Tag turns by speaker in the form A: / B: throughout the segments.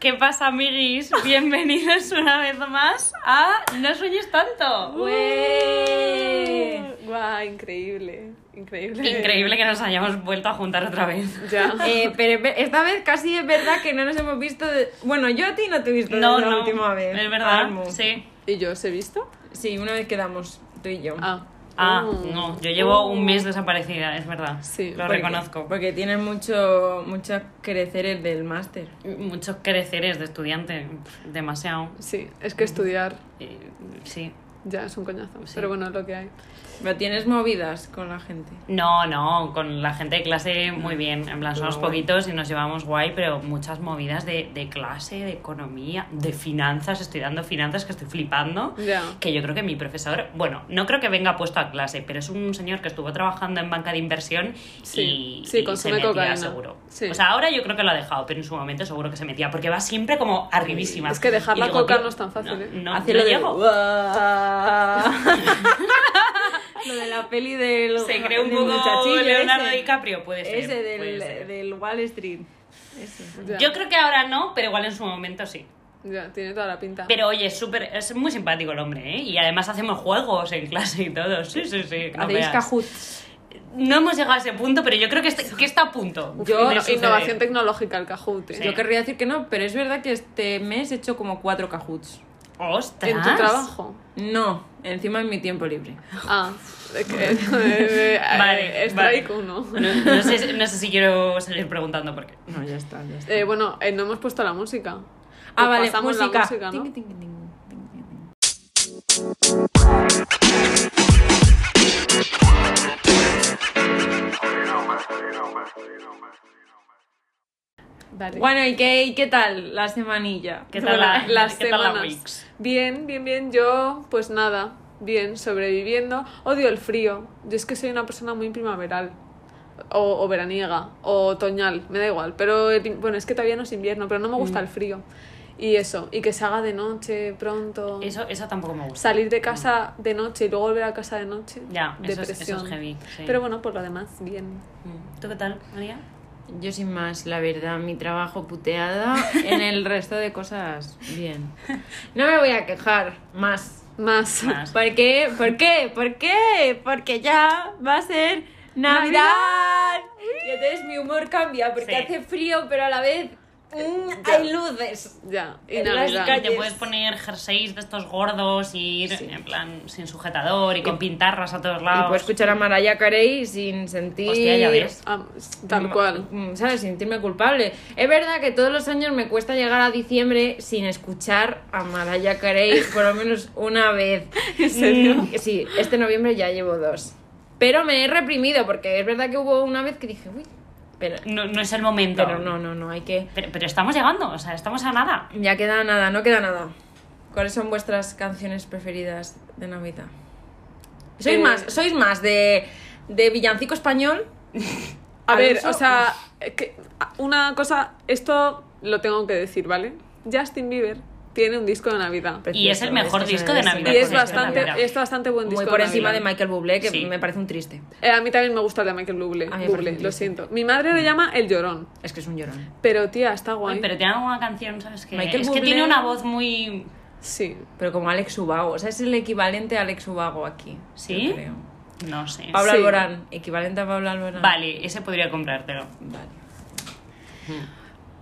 A: ¿Qué pasa, amiguis? Bienvenidos una vez más a No sueñes tanto.
B: Pues,
C: Ué. Guau, increíble. Increíble.
A: Increíble que nos hayamos vuelto a juntar otra vez.
C: Ya.
B: Eh, pero ve- esta vez casi es verdad que no nos hemos visto. de- Bueno, yo a ti no te he visto
A: No,
B: desde la
A: no.
B: última vez.
A: Es verdad.
B: Armu.
A: Sí.
C: ¿Y yo os he visto?
B: Sí, una vez quedamos tú y yo.
C: Ah.
A: Ah,
C: Oh.
A: no, yo llevo un mes desaparecida, es verdad.
C: Sí,
A: lo
B: Uh. Porque-
A: reconozco.
B: Porque tienes mucho, muchos creceres del máster.
A: Muchos creceres de estudiante, pf, demasiado.
C: Sí, es que estudiar
A: Eh, Sí.
C: ya es un coñazo.
A: Sí.
C: Pero bueno, es lo que hay.
B: Pero tienes movidas con la gente.
A: No, no, con la gente de clase muy bien. En plan, somos
B: Pero bueno.
A: poquitos y nos llevamos guay, pero muchas movidas de, de clase, de economía, de finanzas. Estoy dando finanzas que estoy flipando.
C: Ya.
A: Que yo creo que mi profesor, bueno, no creo que venga puesto a clase, pero es un señor que estuvo trabajando en banca de inversión
C: Sí,
A: y,
C: sí,
A: y
C: consume
A: se metía
C: cocaína.
A: seguro.
C: Sí.
A: O sea, ahora yo creo que lo ha dejado, pero en su momento seguro que se metía, porque va siempre como arribísima.
C: Es que dejar
A: Y
C: la
A: digo,
C: coca
A: tío,
C: no es tan fácil,
A: no,
C: ¿eh?
A: No,
B: Hace
A: no
B: lo de-
A: Ah, llego.
B: Lo de la peli del.
A: Se cree un
B: del
A: poco
B: muchachillo
A: Leonardo
B: ese.
A: DiCaprio, puede ser.
B: Ese
A: puede
B: del,
A: ser.
B: del Wall Street. Ese.
C: Ya,
A: Yo creo que ahora no, pero igual en su momento sí.
C: ya, tiene toda la pinta.
A: Pero oye, es súper, es muy simpático el hombre, ¿eh? Y además hacemos juegos en clase y todo. Sí, sí, sí. No,
B: Hacéis
A: veas.
B: Kahoot.
A: No hemos llegado a ese punto, pero yo creo que, este- que está a punto.
C: Uf,
B: yo-
C: inno-
A: de suceder.
C: innovación tecnológica, el Kahoot. ¿eh?
A: Sí.
B: Yo querría decir que no, pero es verdad que este mes he hecho como cuatro Kahoots.
A: ¡Ostras!
C: En tu trabajo.
B: No, encima en mi tiempo libre.
C: Ah, de que- eh,
A: Vale,
C: eh,
A: vale.
C: Strike uno.
A: No, no sé, no sé si quiero seguir preguntando por qué.
B: No, ya está, ya está.
C: Eh, bueno, eh, no hemos puesto la música.
B: ah,
C: Pues
B: vale,
C: pasamos
B: música.
C: La música ¿no?
B: Ting, ting, ting, ting, ting, ting.
C: Vale.
B: Bueno, ¿y qué, y qué tal la semanilla?
A: ¿Qué tal la,
C: Bueno, las
A: ¿qué tal la
C: semanas.
A: Wix?
C: Bien, bien, bien. Yo, pues nada, bien, sobreviviendo. Odio el frío. Yo es que soy una persona muy primaveral. O, o veraniega, o otoñal, me da igual. Pero el- bueno, es que todavía no es invierno, pero no me
A: Mm.
C: gusta el frío. Y eso, y que se haga de noche pronto.
A: Eso, eso tampoco me gusta.
C: Salir de casa de noche y luego volver a casa de noche.
A: Ya, eso es- eso es
C: depresión.
A: heavy, sí.
C: Pero bueno, por lo demás, bien.
A: Mm. ¿Tú qué tal, María?
B: Yo sin más, la verdad, mi trabajo puteada, en el resto de cosas bien. No me voy a quejar más.
C: Más.
A: Más.
B: ¿Por qué? ¿Por qué? ¿Por qué? Porque ya va a ser Navidad. Y entonces mi humor cambia
A: Sí.
B: porque hace frío, pero a la vez mm, hay luces.
C: Ya, y
B: En las
C: Navidad.
A: Te
B: calles.
A: puedes poner jerseys de estos gordos y ir en plan sin sujetador y con pintarras a todos lados.
B: Y puedo escuchar a Mariah Carey sin sentir...
A: Hostia, ya ves.
C: Ah, tal cual.
B: Mm, ¿Sabes? Sentirme culpable. Es verdad que todos los años me cuesta llegar a diciembre sin escuchar a Mariah Carey por lo menos una vez.
C: ¿En serio?
B: Mm, Sí, este noviembre ya llevo dos. Pero me he reprimido porque es verdad que hubo una vez que dije, uy, pero,
A: No, no es el momento.
B: pero no, no, no, hay que...
A: Pero, pero estamos llegando, o sea, estamos a nada.
B: Ya queda nada, no queda nada. ¿Cuáles son vuestras canciones preferidas de Navidad? ¿Sois
C: Eh,
B: más, sois más de, de villancico español?
C: A ver,
B: Alonso,
C: o sea, eh, que- a- una cosa, esto lo tengo que decir, ¿vale? Justin Bieber tiene un disco de Navidad.
A: Y es el mejor
B: que
A: disco de
B: ese-
A: Navidad.
C: Y
A: Mejor
C: es
A: disco de
C: bastante,
A: Navidad.
C: es bastante buen disco.
B: Muy por encima eh, de
C: Navidad.
B: Michael Bublé, que
A: Sí.
B: me parece un triste.
C: Eh, a mí también me gusta el de Michael Bublé,
B: A mí me
C: Bublé,
B: parece Mm.
C: lo
B: triste.
C: siento. Mi madre lo llama El Llorón,
B: Es que es un llorón.
C: pero tía, está guay.
A: Ay, pero tiene alguna canción, ¿sabes qué?
B: Michael
A: es que
B: Bublé.
A: tiene una voz muy...
C: Sí.
B: Pero como Alex Ubago, o sea, es el equivalente a Alex Ubago aquí.
A: ¿Sí?
B: yo creo.
A: No sé.
B: Pablo
C: Sí.
B: Alborán, equivalente a Pablo Alborán.
A: Vale, ese podría comprártelo.
B: Vale. Hmm.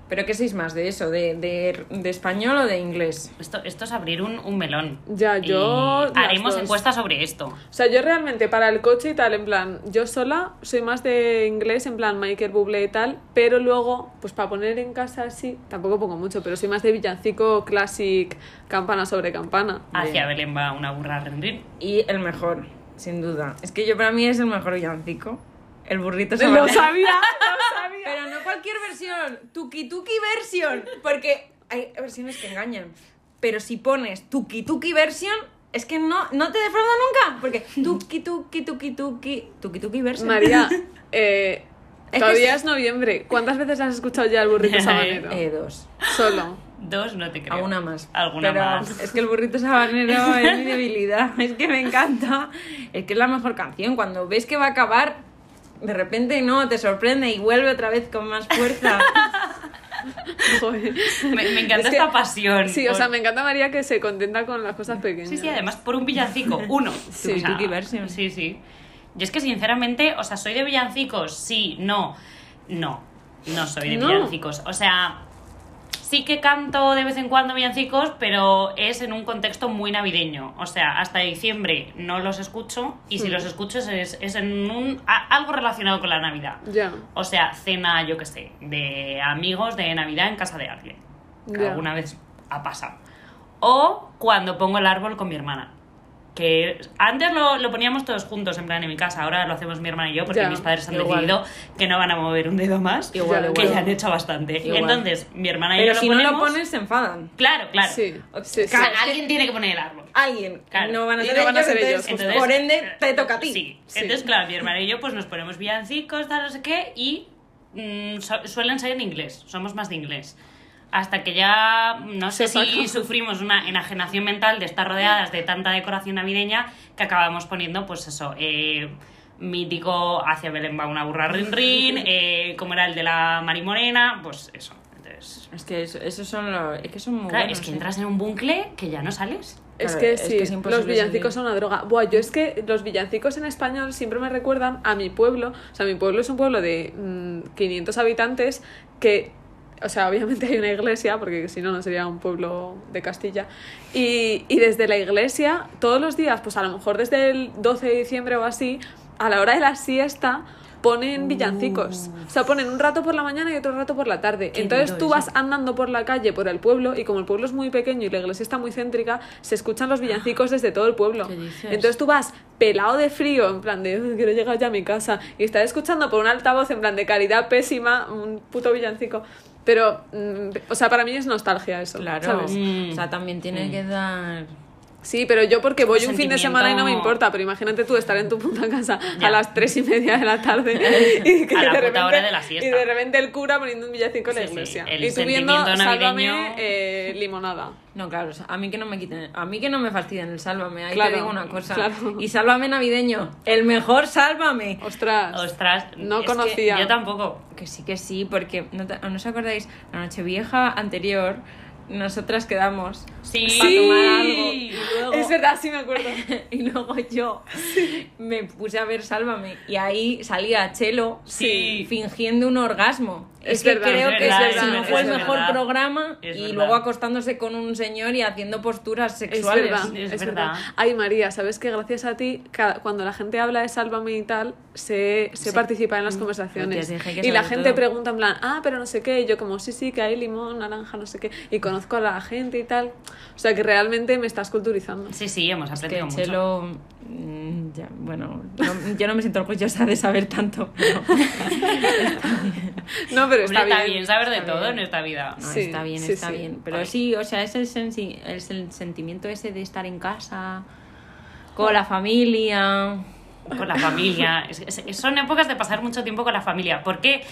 B: ¿Pero qué sois más de eso? ¿De, de, de español o de inglés?
A: Esto, esto es abrir un, un melón.
C: Ya,
A: Y
C: yo las
A: haremos
C: dos.
A: encuestas sobre esto.
C: O sea, yo realmente para el coche y tal, en plan, yo sola soy más de inglés, en plan Michael Bublé y tal, pero luego, pues para poner en casa así, tampoco pongo mucho, pero soy más de villancico classic, campana sobre campana.
A: Hacia Belén va una burra a rendir.
B: Y el mejor, sin duda. Es que yo para mí es el mejor villancico. El burrito se
C: Lo sabía, lo sabía.
B: Pero no cualquier versión, tuki tuki versión, porque hay versiones que engañan. Pero si pones tuki tuki versión, es que no, no te defrauda nunca, porque tuki tuki tuki tuki tuki tuki versión.
C: María, eh,
B: que
C: todavía
B: sí.
C: es noviembre. ¿cuántas veces has escuchado ya el burrito sabanero?
B: Eh, dos.
C: Solo.
A: Dos, no te creo.
B: Alguna más.
A: Alguna
B: Pero
A: más.
B: Es que el burrito sabanero es mi debilidad. Es que me encanta. Es que es la mejor canción. Cuando ves que va a acabar, de repente no, te sorprende y vuelve otra vez con más fuerza.
C: Joder.
A: Me, me encanta
C: Es que-
A: esta pasión.
C: Sí, o sea,
A: por-
C: me encanta María que se contenta con las cosas pequeñas.
A: Sí, sí, además por un villancico, uno.
C: Sí,
A: O sea,
B: Tuki Version.
A: Sí, sí. Yo es que sinceramente, o sea, ¿soy de villancicos? Sí, no. No, no soy de
C: No.
A: villancicos. O sea, sí que canto de vez en cuando villancicos, pero es en un contexto muy navideño. O sea, hasta diciembre no los escucho y
C: Mm.
A: si los escucho es, es en un, a- algo relacionado con la Navidad.
C: Ya.
A: O sea, cena, yo qué sé, de amigos de Navidad en casa de alguien. Que
C: Ya.
A: alguna vez ha pasado. O cuando pongo el árbol con mi hermana. Que antes lo, lo poníamos todos juntos, en plan en mi casa. Ahora lo hacemos mi hermana y yo porque
C: Ya,
A: mis padres han
B: igual.
A: decidido que no van a mover un dedo más.
B: Igual,
C: Ya,
B: igual.
A: Que ya han hecho bastante.
B: Igual.
A: Entonces, mi hermana y
B: Pero
A: yo
B: si
A: lo
B: no lo
A: ponemos.
B: pones, se enfadan.
A: Claro, claro.
C: Sí, sí,
A: O sea,
C: sí.
B: Claro, es que-
A: alguien tiene que poner el árbol.
B: Alguien.
A: Claro.
B: No van a
C: Y
B: ser,
C: no van a
B: ellos,
C: ser
B: entonces, pues, eh,
C: ellos,
B: por ende, te toca a ti.
A: Sí.
C: Sí.
A: Entonces, claro, mi hermana y yo pues nos ponemos villancicos, tal, no sé qué, y mm, su- suelen ser en inglés, somos más de inglés. Hasta que ya, no sé
C: Se
A: si
C: saca.
A: sufrimos una enajenación mental de estar rodeadas de tanta decoración navideña que acabamos poniendo, pues eso, eh, mítico hacia Belén va una burra rin rin, eh, como era el de la Mari Morena, pues eso. Entonces,
B: Es que eso- esos son los. Es que son muy
A: claro,
B: buenos, ¿eh?
A: es que
B: sí.
A: entras en un bucle que ya no sales.
C: Es
B: Claro,
C: que
B: es
C: sí,
B: que es imposible
C: los villancicos
B: salir.
C: son una droga. Buah, yo es que los villancicos en español siempre me recuerdan a mi pueblo. O sea, mi pueblo es un pueblo de mm, 500 habitantes que, o sea, obviamente hay una iglesia, porque si no, no sería un pueblo de Castilla. Y, y desde la iglesia, todos los días, pues a lo mejor desde el 12 de diciembre o así, a la hora de la siesta
A: Uh.
C: ponen villancicos. O sea, ponen un rato por la mañana y otro rato por la tarde.
A: Qué
C: Entonces
A: duro
C: tú
A: eso.
C: vas andando por la calle, por el pueblo, y como el pueblo es muy pequeño y la iglesia está muy céntrica, se escuchan los villancicos desde todo el pueblo.
B: ¿Qué dices?
C: Entonces tú vas pelado de frío, en plan de "Ugh, quiero llegar ya a mi casa, y estás escuchando por un altavoz, en plan de calidad pésima, un puto villancico. Pero, mm, o sea, para mí es nostalgia eso.
B: Claro.
C: ¿sabes?
A: Mm.
B: O sea, también tiene que dar.
C: Sí, pero yo porque voy un fin de
A: sentimiento-
C: semana y no me importa, pero imagínate tú estar en tu puta casa
A: Ya.
C: a las tres y media de la tarde y
A: A la puta hora de la siesta.
C: Y de repente el cura poniendo un villancico en la
A: Sí, sí,
C: iglesia.
A: el
C: y subiendo,
A: sentimiento navideño.
C: sálvame, eh, limonada.
B: No, claro, o sea, a mí que no me quiten, a mí que no me fastidien el sálvame, ahí
C: Claro,
B: te digo una cosa.
C: claro.
B: Y sálvame navideño, el mejor sálvame.
C: Ostras.
A: Ostras,
C: No
A: es que
C: conocía.
A: Yo tampoco.
B: Que sí, que sí, porque no, te- ¿no os acordáis, la noche vieja anterior, nosotras quedamos
A: Sí.
B: para tomar algo.
A: Sí.
B: Y luego,
C: Es verdad, sí me acuerdo.
B: y luego yo me puse a ver Sálvame y ahí salía Chelo
A: Sí.
B: fingiendo un orgasmo.
C: Es
B: Es, que
C: verdad,
B: creo
A: es
B: que
A: verdad,
B: ese
A: es
B: no fue
A: verdad,
B: el
A: es
B: mejor
A: verdad.
B: programa
A: Es
B: y
A: verdad.
B: luego acostándose con un señor y haciendo posturas
C: Es
B: sexuales.
C: verdad,
A: es
C: es,
A: verdad.
C: verdad. Ay, María, sabes que gracias a ti, cada- cuando la gente habla de Sálvame y tal, se, se
B: Sí.
C: participa en las
B: Mm,
C: conversaciones.
B: te dije que
C: Y la
B: sobre
C: gente
B: todo.
C: pregunta en plan, ah, pero no sé qué. Y yo, como, sí, sí, que hay limón, naranja, no sé qué. Y conozco a la gente y tal. O sea, que realmente me estás culturizando.
A: Sí, sí, hemos
B: Es que
A: aprendido mucho.
B: Chelo, mm, ya, bueno, no- yo no me siento orgullosa de saber tanto. pero-
C: No, pero
A: Hombre,
C: está, bien.
A: saber de
B: Está
A: todo
B: bien.
A: en esta vida.
B: No,
C: Sí,
B: Ah, está bien,
C: sí,
B: está
C: sí.
B: bien. Pero
A: Vale.
B: sí, o sea, es el, sensi- es el sentimiento ese de estar en casa, con la familia.
A: Con la familia. Es- es- son épocas de pasar mucho tiempo con la familia. ¿Por qué?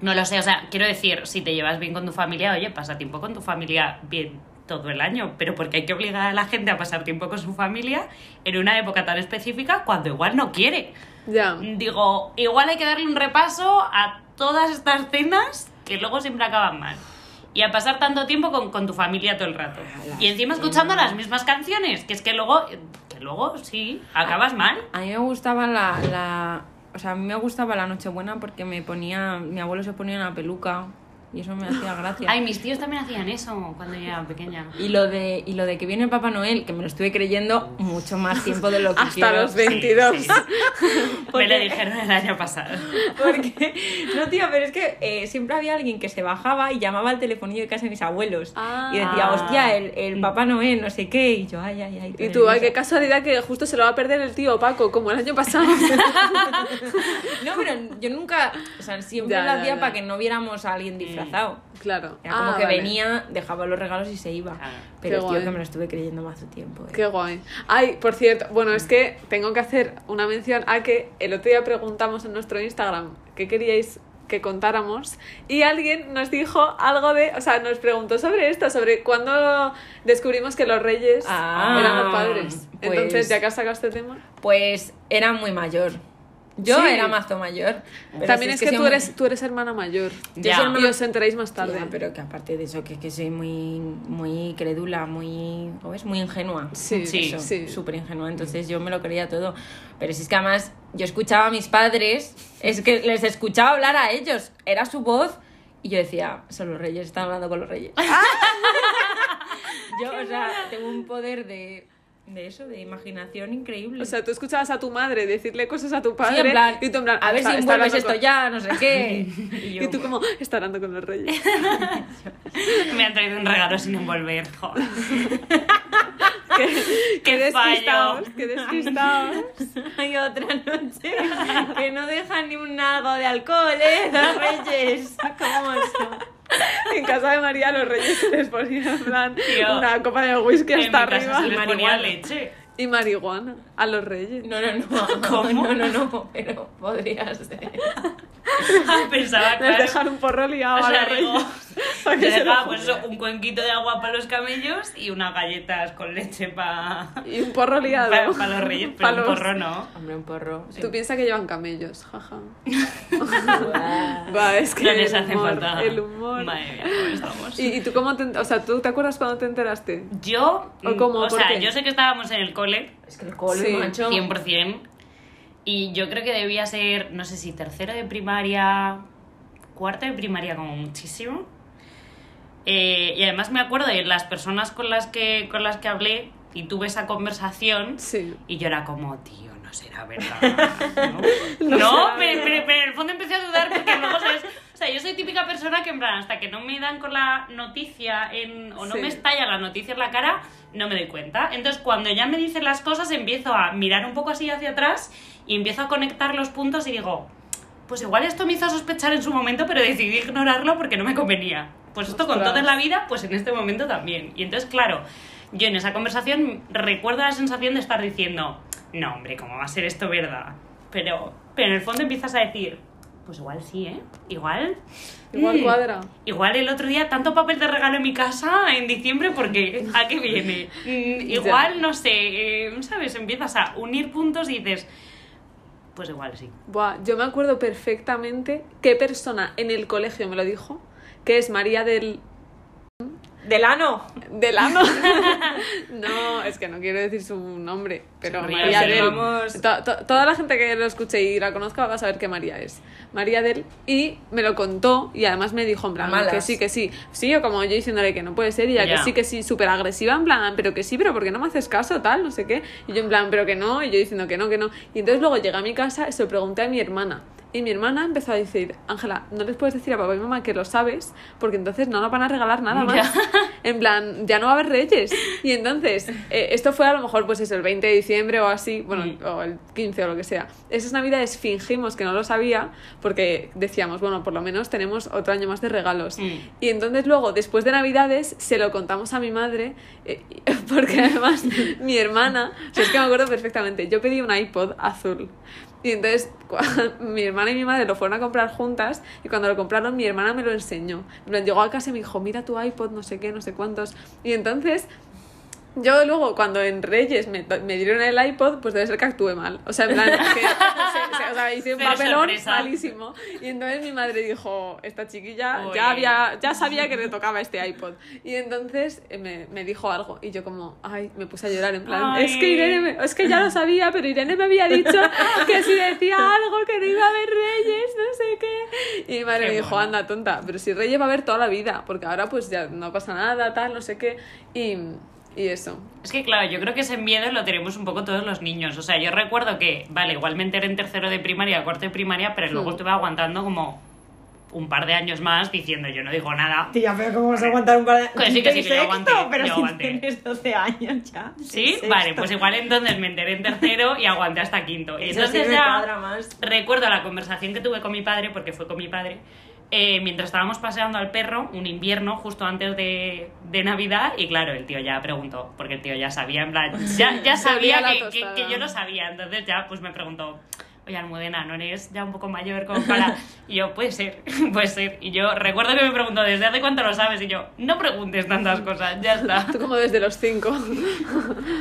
A: No lo sé. O sea, quiero decir, si te llevas bien con tu familia, oye, pasa tiempo con tu familia bien todo el año. Pero porque hay que obligar a la gente a pasar tiempo con su familia en una época tan específica cuando igual no quiere.
C: Ya.
B: Mm.
A: Digo, igual hay que darle un repaso a todas estas cenas que luego siempre acaban mal. Y a pasar tanto tiempo con, con tu familia todo el rato. Y encima escuchando Ah, las mismas canciones, que es que luego, que luego sí, acabas mal.
B: A mí me gustaba la, la- O sea, a mí me gustaba la Nochebuena porque me ponía. Mi abuelo se ponía una peluca y eso me hacía gracia.
A: Ay, mis tíos también hacían eso cuando yo era pequeña.
B: Y lo, de, y lo de que viene Papá Noel, que me lo estuve creyendo mucho más tiempo de lo que
C: Hasta
B: quiero.
C: los 22.
A: Sí, sí. Me lo dijeron el año pasado.
B: Porque, no, tío, pero es que eh, siempre había alguien que se bajaba y llamaba al telefonillo de casa de mis abuelos.
C: Ah.
B: Y decía, hostia, el, el Papá Noel, no sé qué. Y yo, ay, ay, ay.
C: Y tú, ay, qué
B: nerviosa".
C: casualidad que justo se lo va a perder el tío Paco, como el año pasado.
B: No, pero yo nunca. O sea, siempre
C: Ya,
B: lo
C: ya,
B: hacía
C: ya.
B: para que no viéramos a alguien disfrazado.
C: claro.
B: Era como
C: Ah,
B: que
C: vale. Ah,
B: venía, dejaba los regalos y se iba.
A: Claro.
B: Pero
C: Qué
B: tío,
C: guay.
B: que me lo estuve creyendo más tiempo. eh.
C: Qué guay. Ay, por cierto, bueno, es que tengo que hacer una mención a que el otro día preguntamos en nuestro Instagram qué queríais que contáramos y alguien nos dijo algo de, o sea, nos preguntó sobre esto, sobre cuándo descubrimos que los reyes
B: Ah,
C: eran los padres.
B: pues-
C: Entonces, ya que has sacado este tema,
B: Pues era muy mayor. Yo
C: Sí.
B: era mazo mayor. pero
C: También
B: si
C: es, que, tú,
B: soy-
C: eres, tú eres hermana mayor.
A: Ya.
B: soy hermana-
C: Y os enteráis más tarde.
B: Ya, pero que aparte de eso, que es que soy muy, muy crédula, muy, ¿cómo es? Muy ingenua.
C: Sí,
A: Sí,
B: Eso,
C: sí.
B: Súper ingenua, entonces yo me lo creía todo. Pero si es que además yo escuchaba a mis padres, es que les escuchaba hablar a ellos, era su voz, y yo decía, son los reyes, están hablando con los reyes.
C: Ah.
B: yo, o sea, tengo un poder de, de eso, de imaginación increíble.
C: O sea, tú escuchabas a tu madre decirle cosas a tu
B: Sí,
C: padre
B: en plan,
C: y tú en plan,
B: a ver
C: está-
B: si
C: está
B: envuelves
C: hablando
B: esto
C: con-
B: ya, no sé qué. Y, yo,
C: Y tú como, está hablando con los reyes.
A: Me han traído un regalo sin envolver. joder.
C: qué,
A: Qué
C: despistados,
A: fallo.
C: qué despistados.
B: Hay otra noche que no deja ni un algo de alcohol, ¿eh? Los reyes. ¿Cómo eso?
C: En casa de María los reyes les ponían en plan
A: Tío.
C: una copa de whisky
A: En mi
C: hasta
A: casa
C: arriba
A: se les ponía
B: Marihuana.
A: leche.
C: y marihuana a los reyes.
B: No, no, no. No, no, no. Pero podría ser.
A: Ah, Pensaba,
C: Les
A: claro.
C: dejaron un porro liado
A: O
C: a
A: sea,
C: los
A: digo,
C: reyes. para que
A: te
C: se lo
A: dejaba pues,
C: fumaran.
A: un cuenquito de agua para los camellos y unas galletas con leche para
C: Y un porro liado.
A: los reyes, pero
C: Pa'
A: un
C: los-
A: porro no.
B: Hombre, un porro.
C: Tú piensas que llevan camellos, jaja.
B: Guau.
C: Va, es que
A: Ah, no les
C: el
A: hace
C: humor,
A: falta.
C: el humor.
A: Madre mía, ¿cómo estamos?
C: ¿Y, y tú cómo te, o sea, tú te acuerdas cuando te enteraste?
A: Mm. Yo,
C: ¿O cómo?
A: o
C: ¿Por
A: sea,
C: qué?
A: yo sé que estábamos en el cole,
B: Es que el cole,
C: Sí.
B: macho.
A: 100%, y yo creo que debía ser, no sé si tercero de primaria, cuarto de primaria como muchísimo. Eh, y además me acuerdo de las personas con las que, con las que hablé y tuve esa conversación
C: Sí.
A: Y yo era como, tío, no será verdad. No,
C: No
A: No,
C: será
A: pero,
C: verdad.
A: pero- pero en el fondo empecé a dudar porque luego, ¿sabes? O sea, yo soy típica persona que, en plan, hasta que no me dan con la noticia en, o no
C: Sí.
A: me estalla la noticia en la cara, no me doy cuenta. Entonces, cuando ya me dicen las cosas, empiezo a mirar un poco así hacia atrás y empiezo a conectar los puntos y digo, pues igual esto me hizo sospechar en su momento, pero decidí ignorarlo porque no me convenía. Pues esto con
C: Ostras.
A: toda la vida, pues en este momento también. Y entonces, claro, yo en esa conversación recuerdo la sensación de estar diciendo, no, hombre, ¿cómo va a ser esto verdad? Pero, pero en el fondo empiezas a decir, pues igual sí, ¿eh? Igual.
C: Igual
A: mm,
C: cuadra.
A: Igual el otro día tanto papel de regalo en mi casa en diciembre porque ¿a qué viene? Mm,
C: Ya.
A: igual, no sé, eh, ¿sabes? Empiezas a unir puntos y dices, pues igual sí.
C: Buah, yo me acuerdo perfectamente qué persona en el colegio me lo dijo, que es María del...
B: Delano.
C: del ano. no, es que no quiero decir su nombre, pero
A: Sí, María
C: María del...
A: del-
C: To- to- toda la gente que lo escuche y la conozca va a saber que María es. María del... Y me lo contó y además me dijo en plan,
B: A malas.
C: que sí, que sí. Sí, o como yo diciéndole que no puede ser y ya
A: Ya.
C: que sí, que sí, súper agresiva en plan, pero que sí, pero porque no me haces caso, tal, no sé qué. Y yo en plan, pero que no, y yo diciendo que no, que no. Y entonces luego llegué a mi casa y se lo pregunté a mi hermana. Y mi hermana empezó a decir, Ángela, no les puedes decir a papá y mamá que lo sabes, porque entonces no nos van a regalar nada más. En plan, ya no va a haber reyes. Y entonces, eh, esto fue a lo mejor, pues eso, el 20 de diciembre o así, bueno,
A: Mm.
C: o el 15 o lo que sea. Esas navidades fingimos que no lo sabía, porque decíamos, bueno, por lo menos tenemos otro año más de regalos.
A: Mm.
C: Y entonces luego, después de Navidades, se lo contamos a mi madre, eh, y- porque además mi hermana, o sea, es que me acuerdo perfectamente, yo pedí un iPod azul. Y entonces cua- mi hermana y mi madre lo fueron a comprar juntas y cuando lo compraron mi hermana me lo enseñó. En plan, Llegó a casa y me dijo, mira tu iPod, no sé qué, no sé cuántos. Y entonces yo luego, cuando en Reyes me, me dieron el iPod, pues debe ser que actué mal. O sea, en plan, que, se- se- o sea, hice un
A: Cero
C: papelón
A: sorpresa.
C: malísimo. Y entonces mi madre dijo, esta chiquilla
A: Uy.
C: ya, había, ya sabía que le tocaba este iPod. Y entonces eh, me, me dijo algo. Y yo como, ay, me puse a llorar en plan,
A: Ay.
C: es que Irene, me- es que ya lo sabía, pero Irene me había dicho que si decía algo que no iba a haber Reyes, no sé qué. Y mi madre
A: Qué
C: me dijo,
A: bueno.
C: anda, una tonta, pero si Reyes va a ver toda la vida, porque ahora pues ya no pasa nada, tal, no sé qué, y, y eso.
A: Es que claro, yo creo que ese miedo lo tenemos un poco todos los niños. O sea, yo recuerdo que, vale, igual me enteré en tercero de primaria, cuarto de primaria, pero luego
C: Hmm.
A: estuve aguantando como un par de años más diciendo yo no digo nada.
B: Tía, pero ¿cómo vas a aguantar un par de
A: Pues sí, que sí, que yo
B: Sexto,
A: aguanté,
B: pero
A: yo
B: si
A: aguanté.
B: tienes 12 años ya.
A: ¿Sí?
B: Sexto.
A: Vale, pues igual entonces me enteré en tercero y aguanté hasta quinto. Y
B: Eso sí
A: entonces
B: me
A: ya
B: cuadra más.
A: recuerdo la conversación que tuve con mi padre, porque fue con mi padre, eh, mientras estábamos paseando al perro un invierno justo antes de, de Navidad y claro, el tío ya preguntó, porque el tío ya sabía, en plan, ya, ya
C: Sabía
A: sabía
C: la
A: que, que-
C: tostada.
A: que yo lo sabía, entonces ya pues me preguntó. oye, Almudena, ¿no eres ya un poco mayor como para...? Y yo, puede ser, puede ser. Y yo recuerdo que me preguntó, ¿desde hace cuánto lo sabes? Y yo, no preguntes tantas cosas, ya está.
C: Tú como desde los cinco.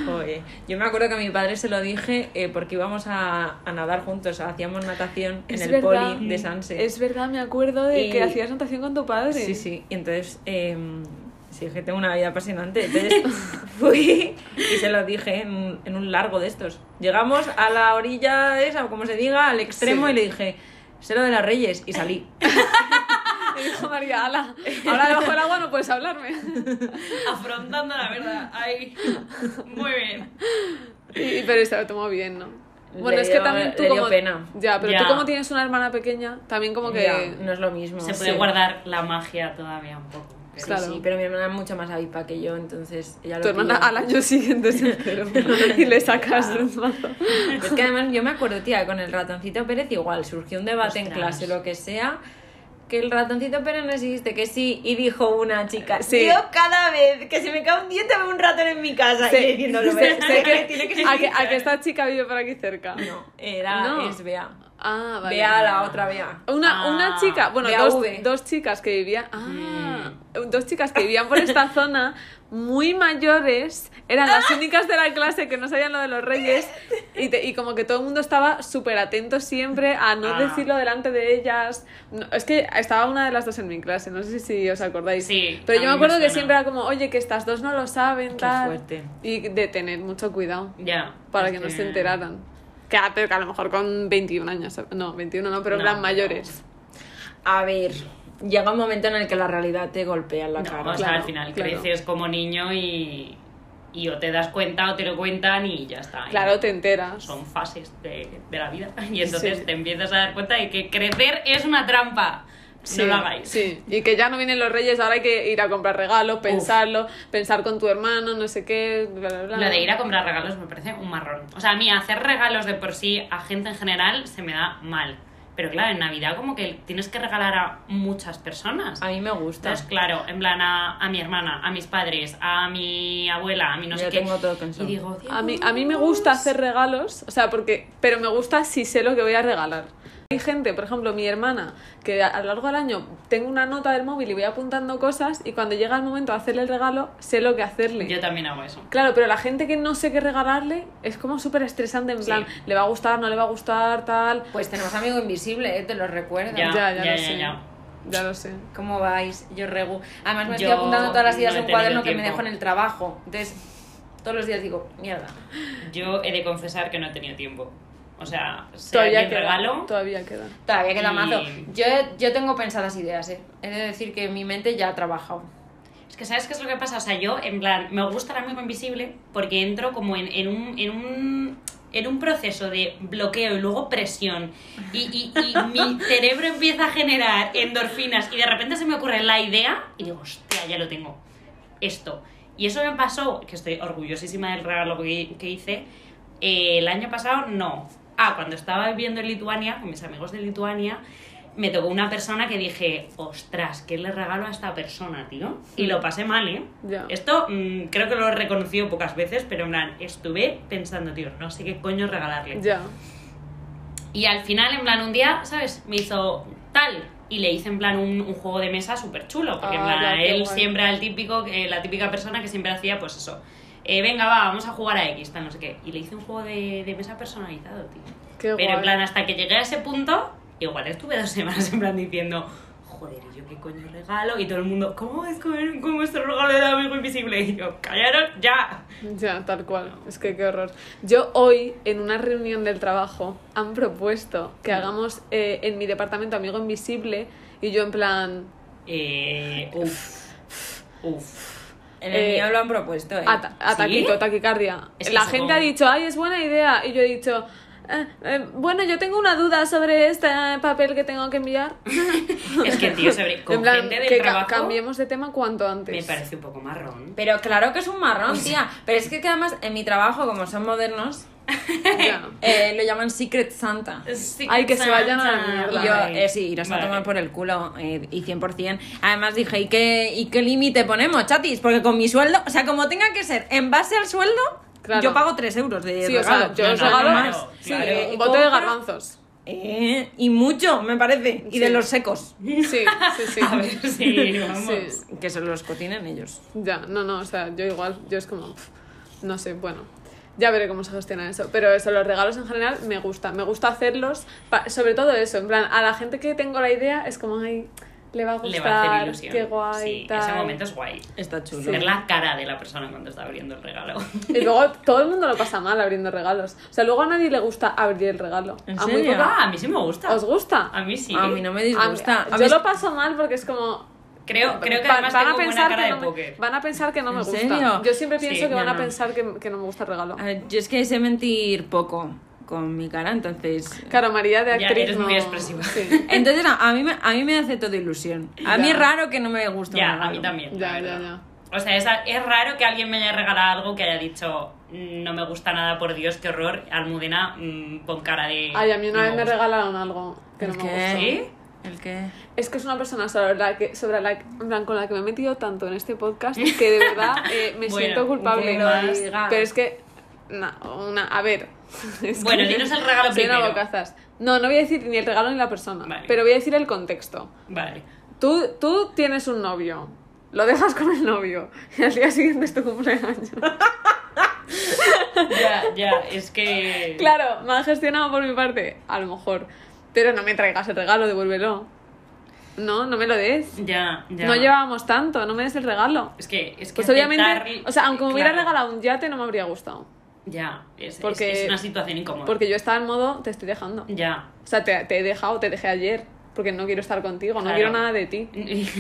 B: Joder. Yo me acuerdo que a mi padre se lo dije eh, porque íbamos a, a nadar juntos, hacíamos natación en
C: Es
B: el
C: verdad.
B: poli de Sanse.
C: Es verdad, me acuerdo de
B: Y-
C: que hacías natación con tu padre.
B: Sí, sí. Y entonces, eh, sí, es que tengo una vida apasionante. Entonces fui y se lo dije en, en un largo de estos. Llegamos a la orilla esa, o como se diga, al extremo,
C: Sí.
B: y le dije, sé lo de las reyes, y salí.
C: Y dijo María, ala, ahora debajo del agua no puedes hablarme.
A: Afrontando la verdad, ahí. Muy bien.
C: Y- pero se lo tomó bien, ¿no?
B: Le
C: Bueno, es que
B: dio-
C: también tú
B: le dio
C: como...
B: pena.
C: Ya, pero
A: Ya.
C: tú como tienes una hermana pequeña, también como que...
B: Ya, no es lo mismo.
A: Se puede
B: Sí.
A: guardar la magia todavía un poco. pero-
C: Claro.
B: Sí, pero mi hermana es mucho más avispa que yo, entonces ella lo
C: Tu hermana
B: pilló.
C: al año siguiente se enteró y le sacas un mazo.
B: Es que además yo me acuerdo, tía, con el ratoncito Pérez igual, surgió un debate en
A: Ostras.
B: clase, lo que sea, que el ratoncito Pérez no existe, que sí, y dijo una chica,
C: Sí.
B: yo cada vez que se me cae un diente veo un ratón en mi casa, y yo diciendo, lo ves, sé que tiene que
C: a que, a que esta chica vive por aquí cerca.
B: No, era,
C: No.
B: es Bea.
C: Ah, vale.
B: Bea, la otra Bea.
C: Una,
A: Ah,
C: una chica, bueno,
B: BAV.
C: dos, dos chicas que vivían. Ah,
A: Mm.
C: dos chicas que vivían por esta zona, muy mayores, eran
A: Ah.
C: las únicas de la clase que no sabían lo de los reyes. Y, te- y como que todo el mundo estaba súper atento siempre a no
A: Ah.
C: decirlo delante de ellas. No, es que estaba una de las dos en mi clase, no sé si os acordáis.
A: Sí,
C: Pero
A: a mí
C: yo me
A: me
C: acuerdo que
A: suena.
C: siempre era como, oye, que estas dos no lo saben, tal.
B: fuerte.
C: Y de tener mucho cuidado
A: Ya.
C: para
A: es
C: que no se enteraran. Que, ah, pero que a lo mejor con 21 años, ¿sabes? no, 21 no, pero
A: No,
C: eran
A: no.
C: mayores.
B: A ver, llega un momento en el que la realidad te golpea en la
A: No,
B: cara.
A: o sea,
C: claro,
A: al final
C: claro.
A: creces como niño y, y o te das cuenta o te lo cuentan y ya está. Y
C: Claro, te enteras.
A: Son fases de, de la vida y entonces
C: Sí.
A: te empiezas a dar cuenta de que crecer es una trampa.
C: Sí,
A: no lo hagáis.
C: Sí, y que ya no vienen los reyes, ahora hay que ir a comprar regalos, pensarlo, pensar con tu hermano, no sé qué, bla, bla, bla.
A: Lo de ir a comprar regalos me parece un marrón. O sea, a mí hacer regalos de por sí a gente en general se me da mal. Pero claro, en Navidad como que tienes que regalar a muchas personas.
B: A mí me gusta.
A: Entonces, claro, en plan a, a mi hermana, a mis padres, a mi abuela, a mi no
B: Yo
A: sé qué.
B: tengo todo pensado.
A: Y digo,
C: A mí, a mí me gusta hacer regalos, o sea, porque, pero me gusta si sé lo que voy a regalar. Hay gente, por ejemplo, mi hermana, que a, a lo largo del año tengo una nota del móvil y voy apuntando cosas y cuando llega el momento de hacerle el regalo, sé lo que hacerle.
A: pues, Yo también hago eso.
C: Claro, pero la gente que no sé qué regalarle es como súper estresante, en plan, le va a gustar, no le va a gustar, tal.
B: Pues tenemos amigo invisible, ¿eh? te lo recuerdo.
A: Ya,
C: ya, ya,
A: ya,
C: lo
A: ya,
C: sé.
A: ya.
C: Ya lo sé.
B: ¿Cómo vais? Yo regu. Además me
A: Yo
B: estoy apuntando todas las ideas
A: no he
B: en un cuaderno
A: tenido
B: que me
A: tiempo.
B: dejo en el trabajo. Entonces, todos los días digo, mierda.
A: Yo he de confesar que no he tenido tiempo. O sea, sea
C: Todavía
A: quien
C: queda.
A: regalo.
C: Todavía queda.
B: Todavía queda
A: Y-
B: mazo. Yo, yo tengo pensadas ideas, ¿eh? He de decir que mi mente ya ha trabajado.
A: Es que sabes qué es lo que pasa, o sea, yo en plan, me gusta el amigo invisible porque entro como en, en un... En un en un proceso de bloqueo y luego presión y, y- y mi cerebro empieza a generar endorfinas y de repente se me ocurre la idea y digo, hostia, ya lo tengo, esto. Y eso me pasó, que estoy orgullosísima del regalo que, que hice, eh, el año pasado no. Ah, cuando estaba viviendo en Lituania, con mis amigos de Lituania, me tocó una persona que dije, ostras, ¿qué le regalo a esta persona, tío? Y lo pasé mal, ¿eh?
C: Ya.
A: Esto mm, creo que lo he reconocido pocas veces, pero en plan, estuve pensando, tío, no sé qué coño regalarle.
C: Ya.
A: Y al final, en plan, un día, ¿sabes? Me hizo tal. Y le hice en plan un, un juego de mesa súper chulo. Porque en
C: Ah,
A: plan,
C: ya, qué
A: él
C: guay.
A: siempre era el típico, eh, la típica persona que siempre hacía, pues eso. eh, venga, va, vamos a jugar a X, tal, no sé qué. Y le hice un juego de, de mesa personalizado, tío.
C: Qué
A: Pero
C: guay.
A: en plan, hasta que llegué a ese punto, igual estuve dos semanas en plan diciendo, joder, ¿y yo qué coño regalo? Y todo el mundo, ¿cómo es, comer- cómo es el regalo del amigo invisible? Y yo, callaros ya.
C: Ya, tal cual. Es que qué horror. Yo hoy, en una reunión del trabajo, han propuesto
A: Mm.
C: que hagamos eh, en mi departamento Amigo Invisible y yo en plan...
A: Eh, uf, uf.
B: En
C: el mío
B: lo han propuesto, ¿eh?
C: ata- ataquito, taquicardia.
A: Es que
C: La
A: eso
C: gente
A: como-
C: ha dicho, ay, es buena idea. Y yo he dicho... "Eh, eh, bueno, yo tengo una duda sobre este eh, papel que tengo que enviar.
A: Es que, tío, sobre, con
C: en plan,
A: gente del
C: que ca- pues.
A: trabajo...
C: cambiemos de tema cuanto antes.
A: Me parece un poco marrón.
B: Pero claro que es un
A: Pues
B: marrón, tía. Pero es que, que además en mi trabajo, como son modernos,
C: Ya.
B: eh, lo llaman Secret Santa.
C: Ay, que se vayan a la
B: Y
C: mierda.
B: yo, eh, sí, irás a tomar por el culo, eh, y 100%. Además dije, ¿y qué, y qué límite ponemos, chatis? Porque con mi sueldo, o sea, como tenga que ser en base al sueldo,
C: Claro.
B: Yo pago 3 euros de
C: Sí, o sea,
B: regalo.
C: yo
A: os regalo-
B: más. Eh,
C: Sí,
A: Claro.
C: un bote
B: compro-
C: de garbanzos.
B: Eh, y mucho, me parece. Y
C: Sí.
B: de los secos.
C: Sí, sí, sí.
A: A ver, sí, vamos.
C: Sí.
B: Que se los cocinan ellos.
C: Ya, no, no, o sea, yo igual, yo es como, pf, no sé, bueno, ya veré cómo se gestiona eso, pero eso, los regalos en general me gusta, me gusta hacerlos, pa- sobre todo eso, en plan, a la gente que tengo la idea es como, ay, le va a gustar,
A: Le va a hacer ilusión.
C: qué guay,
A: sí,
C: tal.
A: ese momento es guay.
B: Está chulo.
A: Ver la cara de la persona cuando está abriendo el regalo.
C: Y luego todo el mundo lo pasa mal abriendo regalos, o sea, luego a nadie le gusta abrir el regalo,
B: ¿En
C: a muy
B: serio?
C: poca-
A: Ah, a mí sí me gusta.
C: ¿os gusta?
A: A mí sí.
B: A mí no me
C: Ah, A mí-
B: disgusta. A
C: yo
B: mí-
C: lo paso mal porque es como...
A: Creo, creo que
C: van-
A: además
C: van a
A: tengo buena
C: pensar
A: cara
C: que
A: de
C: no me-
A: póker.
C: Van a pensar que no me
B: ¿En
C: gusta.
B: serio?
C: Yo siempre
A: Sí,
C: pienso que
B: yo
C: van a
B: no.
C: pensar que, que no me gusta el regalo.
B: A ver, yo es que sé mentir poco con mi cara, entonces...
C: Claro, María de
A: Ya,
C: actriz.
A: eres
C: no-
A: muy expresiva.
C: Sí.
B: Entonces, no, a mí, me, a mí me hace todo ilusión. A mí
C: Ya.
B: es raro que no me guste un
A: Ya, a
B: regalo.
A: mí también. la
C: Ya, ya,
A: verdad.
C: ya.
A: O sea, es, es raro que alguien me haya regalado algo que haya dicho "Mm, no me gusta nada, por Dios, qué horror. Almudena mm, pon cara de.
C: Ay, a mí una
A: no
C: vez me
A: gusta.
C: regalaron algo que no
B: ¿El
C: me
B: qué?
C: gustó.
A: ¿Sí?
B: ¿El qué?
C: Es que es una persona sobre la que, sobre la, en plan, con la que me he metido tanto en este podcast que de verdad eh, me
A: Bueno,
C: siento culpable.
B: que lo digas.
C: Pero es que. na- una, a ver. es
A: Bueno,
C: que-
A: dinos el regalo
C: soy una
A: primero.
C: bocazas. No, no voy a decir ni el regalo ni la persona,
A: Vale.
C: pero voy a decir el contexto.
A: Vale.
C: Tú, tú tienes un novio, lo dejas con el novio y al día siguiente es tu cumpleaños.
A: Ya, ya, es que.
C: Claro, mal gestionado por mi parte, a lo mejor. Pero no me traigas el regalo, devuélvelo. No, no me lo des.
A: Ya, ya.
C: No llevábamos tanto, no me des el regalo.
A: Es que, es que.
C: Pues obviamente,
A: aceptar-
C: o sea, aunque me hubiera
A: claro.
C: regalado un yate no me habría gustado.
A: Ya, es, es-
C: Porque-
A: es una situación incómoda.
C: Porque yo estaba en modo, te estoy dejando.
A: Ya.
C: O sea, te, te he dejado, te dejé ayer, porque no quiero estar contigo, no
A: Claro.
C: quiero nada de ti.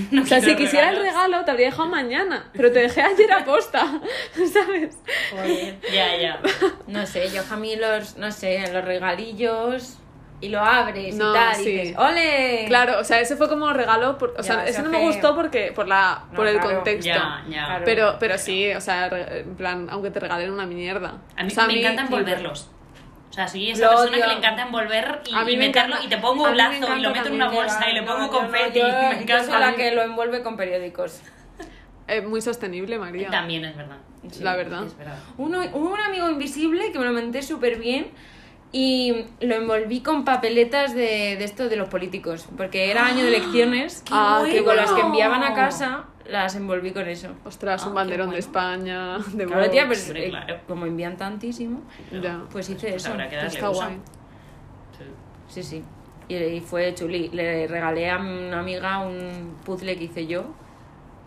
A: No
C: O sea, si
A: quiero
C: quisiera el
A: regalos.
C: regalo, te habría dejado mañana, pero te dejé ayer a posta, ¿sabes?
A: Ya, ya.
B: No sé, yo a mí los, no sé, los regalillos y lo abres
C: No,
B: y tal,
C: sí.
B: y dices, ¡ole!
C: Claro, o sea, ese fue como regalo, por- o
B: Ya,
C: sea, ese
B: se
C: no me
B: hace-
C: gustó porque por la
B: No,
C: por el
B: claro.
C: contexto.
A: Ya, ya.
B: Claro.
C: Pero, pero sí, o sea, re- en plan, aunque te regalen una mierda.
A: A mí
C: O sea,
A: me encanta envolverlos. O sea, soy esa
B: Lo
A: persona
B: odio.
A: que le encanta envolver y,
C: A mí
A: y
C: me
A: meterlo
C: encanta.
A: y te pongo
B: A
A: un
B: mí me
A: lazo y
B: encanta
A: lo meto en
B: también
A: una bolsa y le
B: llevar-
A: pongo
B: no, yo no,
A: confeti.
B: yo-
A: me
B: Yo soy
A: encanta.
B: la que lo envuelve con periódicos.
C: Es eh, muy sostenible, María.
A: También es verdad.
B: Sí,
C: La verdad.
A: Es verdad.
B: Uno, hubo un amigo invisible que me lo menté súper bien y lo envolví con papeletas de, de esto de los políticos, porque era año de elecciones
C: ¡Qué Ah, qué
B: y con las que
C: bueno!
B: enviaban a casa las envolví con eso.
C: Ostras, un
A: Ah,
C: banderón
A: qué
C: de España, de
B: Claro, tía, pero
A: Hombre,
B: eh,
A: claro.
B: como envían tantísimo,
C: Ya.
B: pues hice
A: Pues
B: eso.
A: habrá que darle
C: Está
A: uso.
C: guay.
A: Sí.
B: Sí, sí. Y, y fue chuli. Le regalé a una amiga un puzzle que hice yo.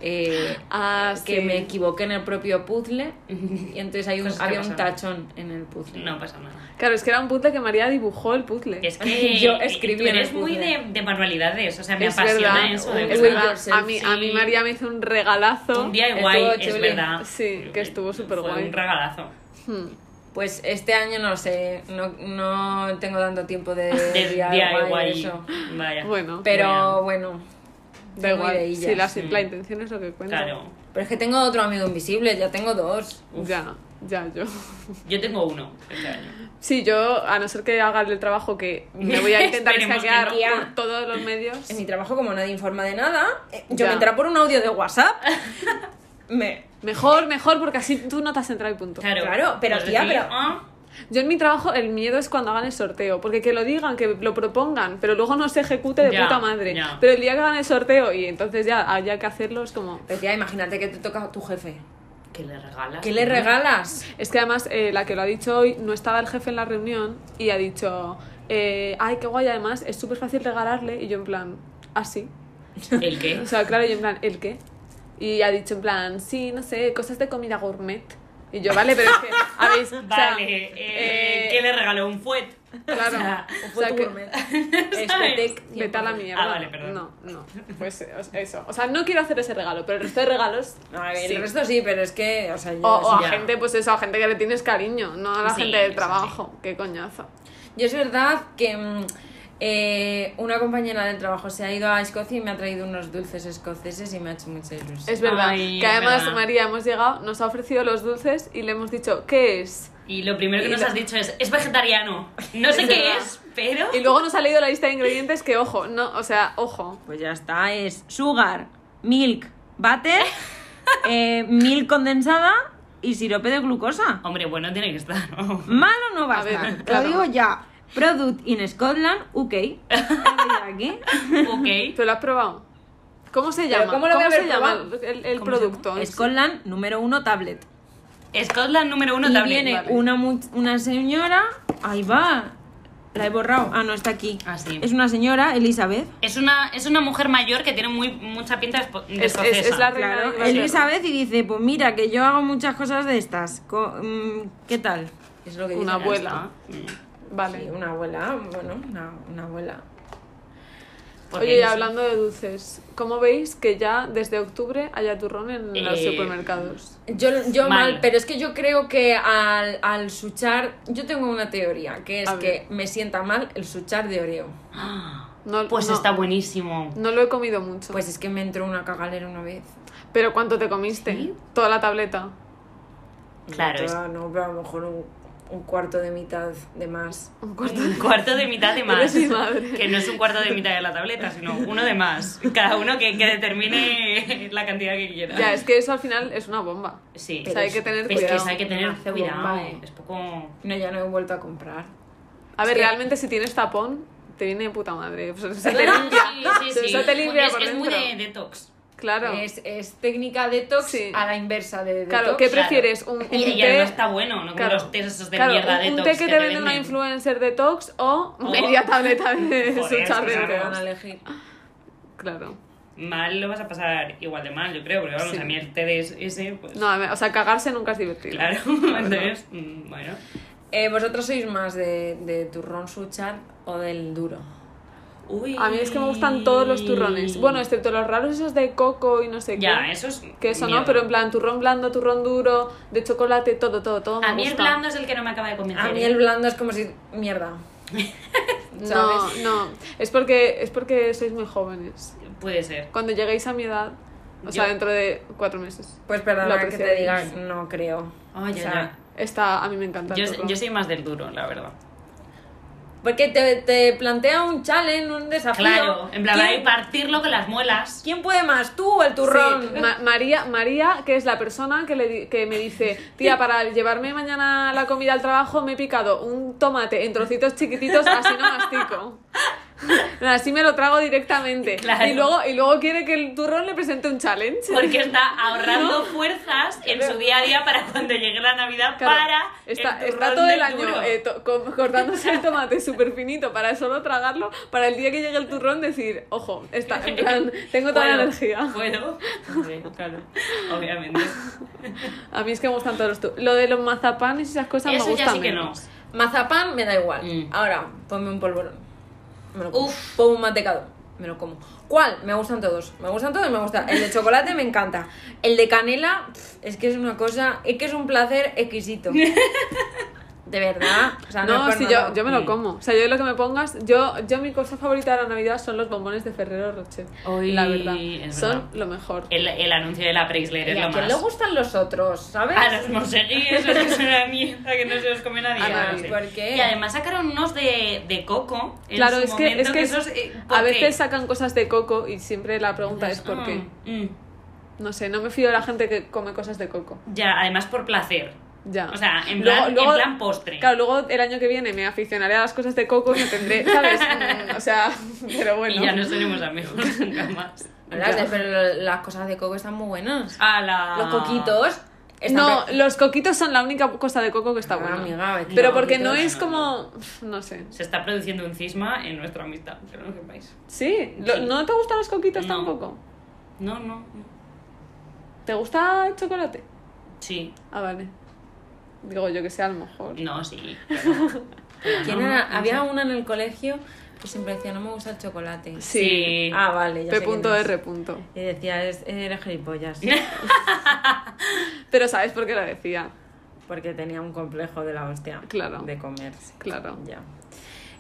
B: eh,
C: Ah,
B: que
C: sí.
B: me equivoqué en el propio puzzle. Y entonces hay un-
A: Cosas que
B: había un
A: pasan.
B: tachón en el puzzle.
A: No pasa nada.
C: Claro, es que era un puzzle que María dibujó el puzzle.
A: Es que
B: Yo escribí
A: tú
B: en el
A: eres muy
B: puzzle.
A: de, de manualidades, o sea, me
C: Es
A: apasiona
C: verdad.
A: eso. De
C: es
A: verdad.
C: verdad.
B: yourself,
C: A mí, a mí
A: sí.
C: María me hizo un regalazo.
A: Un día igual,
B: Estuvo
A: es
B: chuli.
A: verdad.
C: Sí, que estuvo superguay.
A: Fue un regalazo.
C: Hmm.
B: Pues este año no sé, no, no tengo tanto tiempo de,
A: De
B: DIY
A: DIY.
B: y eso.
A: Vaya.
C: Bueno,
B: Pero bueno,
C: da
B: soy muy
C: igual.
B: de
C: Si
B: ellas.
C: la,
A: sí.
C: la intención es lo que cuenta.
A: Claro.
B: Pero es que tengo otro amigo invisible, ya tengo dos.
C: Ya, ya, yo.
A: Yo tengo uno este año.
C: Sí, yo, a no ser que haga el trabajo que me voy a intentar
A: Esperemos que
C: saquear
A: no.
C: por todos los medios.
B: En mi trabajo, como nadie informa de nada, eh, yo
C: Ya.
B: me entra por un audio de WhatsApp. me.
C: Mejor, mejor, porque así tú no te has entrado y punto.
A: Claro,
B: Claro, pero
A: Pues
B: tía,
A: decir,
B: pero-
A: ah,
C: Yo en mi trabajo el miedo es cuando hagan el sorteo, porque que lo digan, que lo propongan, pero luego no se ejecute de
A: Ya,
C: puta madre.
A: ya.
C: Pero el día que hagan el sorteo y entonces ya haya que hacerlo es como...
B: Pero tía, imagínate que te toca tu jefe.
A: ¿Qué le regalas?
B: ¿Qué le regalas?
C: Es que además eh, la que lo ha dicho hoy no estaba el jefe en la reunión y ha dicho, eh, ay, qué guay, además es súper fácil regalarle y yo en plan, "Ah, así.
A: ¿El qué?
C: O sea, claro, yo en plan, ¿el qué? Y ha dicho en plan, sí, no sé, cosas de comida gourmet. Y yo, vale, pero es que, habéis... o sea,
A: Vale, eh,
C: eh,
A: ¿qué le regaló? ¿Un fuet?
C: Claro.
A: O sea,
C: O sea, que- este
B: Espetec.
C: Vete a la mierda.
A: Ah, vale, perdón.
C: No, no. Pues eh, os- eso. O sea, no quiero hacer ese regalo, pero el resto de regalos.
B: A ver,
C: sí.
B: el resto sí, pero es que, o sea, yo,
C: O, o a
A: ya.
C: gente, pues eso, a gente que le tienes cariño, no a la
A: Sí,
C: gente del
A: eso
C: trabajo. Qué coñazo.
B: yo es verdad que mm, eh, una compañera del trabajo se ha ido a Escocia y me ha traído unos dulces escoceses y me ha hecho mucha ilusión.
C: Es verdad.
A: Ay,
C: que
A: es
C: además,
A: verdad.
C: María, hemos llegado, nos ha ofrecido los dulces y le hemos dicho, ¿qué es?
A: Y lo primero que
C: Y
A: nos
C: lo-
A: has dicho es, es vegetariano. No sé
C: Es
A: qué
C: verdad.
A: es, pero...
C: Y luego nos ha leído la lista de ingredientes que, ojo, no, o sea, ojo.
B: Pues ya está, es sugar, milk, butter, eh, milk condensada
D: y sirope de glucosa.
A: Hombre, bueno, tiene que estar. ¿no?
D: Malo no va a,
C: A ver,
D: estar.
C: claro.
D: Lo digo ya. Product in Scotland, UK. Lo digo aquí.
A: ok.
C: ¿Pero lo has probado? ¿Cómo se llama?
B: cómo lo voy a
C: se
B: haber
C: llama
B: probado?
C: el, el
A: ¿Cómo se
C: producto? en sí?
D: Scotland número uno tablet.
A: Scotland número uno
D: y
A: también.
D: viene
C: vale.
D: una, mu- una señora. Ahí va. La he borrado. Ah, no, está aquí.
A: Ah, sí.
D: Es una señora, Elizabeth.
A: Es una, es una mujer mayor que tiene muy, mucha pinta de espo- de
C: Es- es-
A: escocesa.
C: es la reina de
D: Claro,
C: Inglaterra.
D: Elizabeth y dice, pues mira, que yo hago muchas cosas de estas. Co- mm, ¿Qué tal?
B: Es lo que
C: Una
B: dice
C: abuela.
A: Ah,
C: Vale.
B: Sí, una abuela, bueno, una, una abuela.
A: porque
C: Oye, y
A: es-
C: hablando de dulces, ¿cómo veis que ya desde octubre haya turrón en los
A: Eh,
C: supermercados?
B: Yo, yo mal.
A: Mal.
B: pero es que yo creo que al, al suchar, yo tengo una teoría, que es
C: A
B: que
C: ver.
B: me sienta mal el suchar de Oreo.
C: No,
A: Pues
C: no,
A: está buenísimo.
C: No lo he comido mucho.
B: Pues es que me entró una cagalera una vez.
A: Pues-
C: ¿Pero cuánto te comiste? Toda la tableta.
A: Claro, es
B: Toda, ah, No, pero a lo mejor un, un cuarto de mitad de más.
C: Un cuarto.
A: un cuarto de mitad de más.
C: Eres mi madre.
A: Que no es un cuarto de mitad de la tableta, sino uno de más. Cada uno que, que determine la cantidad que quiera.
C: Ya, es que eso al final es una bomba.
A: Sí.
C: O sea, hay que tener
A: Es que
C: cuidado.
A: eso hay que tener
B: Hace
A: cuidado.
B: bomba, eh.
A: Es poco.
B: No, ya no he vuelto a comprar.
C: A
B: Es
C: ver,
B: que-
C: realmente si tienes tapón, te viene de puta madre. O sea, se
A: Sí,
C: te limpia.
A: sí,
C: Se-
A: sí.
C: se te limpia
A: es,
C: por
A: es muy de
C: dentro.
A: detox.
C: Claro.
B: Es, es técnica detox
C: Sí.
B: a la inversa de detox.
C: Claro, ¿qué
A: claro.
C: prefieres? Un, un
A: Y, y
C: té-
A: además está bueno, no como
C: claro,
A: los tés esos de
C: claro,
A: mierda
C: un-
A: detox.
C: Un té que te vende una
A: venden.
C: influencer detox o
A: O-
C: media tableta de
A: Joder,
C: su
A: es que se
B: Te van
C: charrero.
B: a elegir.
C: Claro.
A: Mal lo vas a pasar igual de mal, yo creo, porque vamos,
C: Sí.
A: a mí el té de ese, pues.
C: No, a ver, o sea, cagarse nunca es divertido.
A: Claro, entonces, mm, bueno.
B: Eh, ¿Vosotros sois más de, de turrón suchar o del duro?
A: Uy.
C: A mí es que me gustan todos los turrones. Bueno, excepto los raros esos de coco y no sé
A: Ya,
C: qué.
A: eso es.
C: Que eso
A: miedo.
C: no, pero en plan turrón blando, turrón duro, de chocolate, todo, todo, todo. me
A: A mí el
C: gusta.
A: blando es el que no me acaba de convencer.
B: A mí
A: ¿eh?
B: el blando es como si... Mierda.
C: No,
B: ¿Sabes?
C: no. Es porque, es porque sois muy jóvenes.
A: Puede ser.
C: Cuando lleguéis a mi edad, o sea,
A: Yo-
C: dentro de cuatro meses.
B: Pues
C: Lo
B: perdona que
C: aprecio.
B: te diga, no creo.
A: Ah, ya,
C: Está, a mí me encanta. el
A: Yo,
C: turrón.
A: yo soy más del duro, la verdad.
B: Porque te, te plantea un challenge, un desafío.
A: Claro, en plan, hay
B: ¿Quién,
A: que partirlo con las muelas.
B: quién puede más, tú o el turrón?
C: Sí, Ma- María, María, que es la persona que, le di- que me dice, tía, para llevarme mañana la comida al trabajo me he picado un tomate en trocitos chiquititos, así no mastico. Así me lo trago directamente.
A: Claro.
C: Y, luego, y luego quiere que el turrón le presente un challenge.
A: Porque está ahorrando fuerzas en su día a día para cuando llegue la Navidad
C: Claro,
A: para. el
C: está, está
A: turrón
C: todo
A: del
C: el año
A: duro.
C: eh, to- co- cortándose el tomate súper finito para solo tragarlo, para el día que llegue el turrón decir, ojo, está, en plan, tengo toda la
A: Puedo,
C: energía.
A: Puedo. Hombre, claro, obviamente.
C: A mí es que me gustan todos los tu- Lo de los mazapanes y esas cosas
A: Eso
C: me gusta
A: ya sí que no.
C: menos.
B: Mazapán me da igual.
A: Mm.
B: Ahora, ponme un polvorón. Me lo como.
A: Uf.
B: Ponme un mantecado. Me lo como. ¿Cuál? Me gustan todos. Me gustan todos, me gusta. El de chocolate me encanta. El de canela, pff, es que es una cosa, es que es un placer exquisito. De verdad. O sea,
C: No,
B: es por
C: sí,
B: nada.
C: yo, yo me lo
A: Mm.
C: como. O sea, yo lo que me pongas, yo, yo mi cosa favorita de la Navidad son los bombones de Ferrero Rocher.
A: Uy,
C: la verdad.
A: es
C: Son
A: verdad.
C: lo mejor.
A: El, el anuncio de la Preisler es
B: ¿Y
A: lo
B: a
A: más. Ah,
B: quién le gustan los otros? ¿Sabes?
A: A los monseguí, eso es una mierda que no se los come nadie.
C: A
A: no
C: nadie.
A: sé.
B: ¿Por qué?
A: Y además sacaron unos de, de coco. en
C: Claro,
A: su
C: es que, es
A: momento,
C: que es-
A: esos, eh, ¿por qué?
C: a veces sacan cosas de coco y siempre la pregunta es por qué.
A: Mm, mm.
C: No sé, no me fío de la gente que come cosas de coco.
A: Ya, además por placer.
C: Ya.
A: O sea, en plan- en plan postre.
C: Claro, luego el año que viene me aficionaré a las cosas de coco y me tendré, ¿sabes? Mm, o sea, pero bueno.
A: Y ya no seremos amigos nunca más.
B: Las de- pero las cosas de coco están muy buenas.
A: A la...
B: Los coquitos. están
C: No,
B: pe-
C: los coquitos son la única cosa de coco que está
B: Ah,
C: buena.
B: amiga, es que
C: pero
B: los
C: porque no
B: coquitos-
C: es como. No sé.
A: Se está produciendo un cisma en nuestra amistad, que no lo sepáis.
C: Sí, lo-
A: Sí.
C: ¿no te gustan los coquitos
A: No.
C: tampoco?
A: No, no.
C: ¿Te gusta el chocolate?
A: Sí.
C: Ah, vale. Digo yo que sea a lo mejor.
A: No, sí.
B: ¿Quién era? Había una en el colegio que siempre decía, no me gusta el chocolate.
A: Sí.
B: Ah, vale, ya sé quién es.
C: P.R. punto.
B: Y decía, es, era gilipollas.
C: Pero ¿sabes por qué lo decía?
B: Porque tenía un complejo de la hostia.
C: Claro.
B: De comerse.
C: Claro.
B: Ya.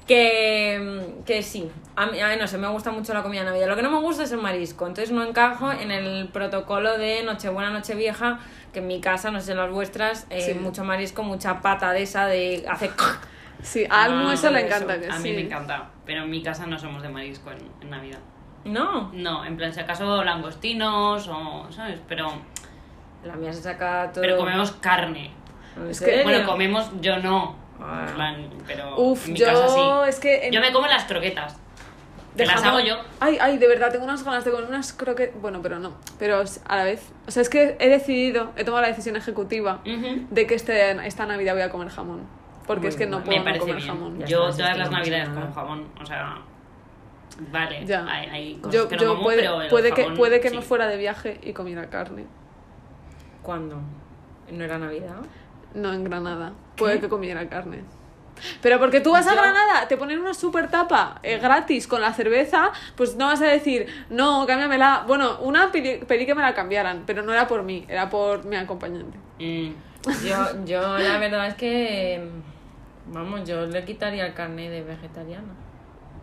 B: Que, mm, que sí. A mí, a mí no sé, me gusta mucho la comida de Navidad. Lo que no me gusta es el marisco. Entonces no encajo en el protocolo de Nochebuena, Nochevieja. Que en mi casa, no sé, en las vuestras, eh,
C: Sí.
B: mucho marisco, mucha pata de esa de hace.
C: Sí, a Almu
A: Ah,
C: eso le
B: eso.
C: encanta que
A: A mí
C: sí.
A: me encanta, pero en mi casa no somos de marisco en, en Navidad.
B: No.
A: No, en plan, si acaso langostinos o, ¿sabes? Pero
B: La mía se saca todo.
A: Pero comemos carne.
B: ¿En
C: Es que-
B: serio?
A: Bueno, comemos, yo no.
B: Ah.
A: En plan, pero
C: Uf,
A: en mi
C: yo
A: casa sí.
C: es que... en-
A: Yo me como las croquetas. Que
C: de
A: las hago
C: jamón.
A: yo.
C: Ay, ay, de verdad, tengo unas ganas de comer unas croquetas. Bueno, pero no. Pero es- a la vez. O sea, es que he decidido, he tomado la decisión ejecutiva
A: Ujú.
C: de que este, esta Navidad voy a comer jamón. Porque
B: Muy
C: es que no
B: bueno.
A: Me
C: puedo no
A: parece
C: comer
A: bien.
C: jamón.
B: Ya
A: yo
B: está, si es
A: todas
B: que
A: las
B: no pasa
A: navidades
B: nada.
A: como jamón, o sea. Vale,
C: Ya.
A: hay, hay cosas
C: Yo,
A: que no
C: yo
A: como,
C: puede,
A: pero el
C: puede que,
A: jamón,
C: puede que
A: sí.
C: me fuera de viaje y comiera carne.
B: ¿Cuándo? ¿No era Navidad?
C: No en Granada. Puede que comiera carne. Pero porque tú vas a Granada, te ponen una super tapa eh, gratis con la cerveza, pues no vas a decir, no, cámbiamela. Bueno, una pedí, pedí que me la cambiaran, pero no era por mí, era por mi acompañante.
A: Mm.
B: Yo, yo la verdad es que. mm, Vamos, yo le quitaría el carne de vegetariana.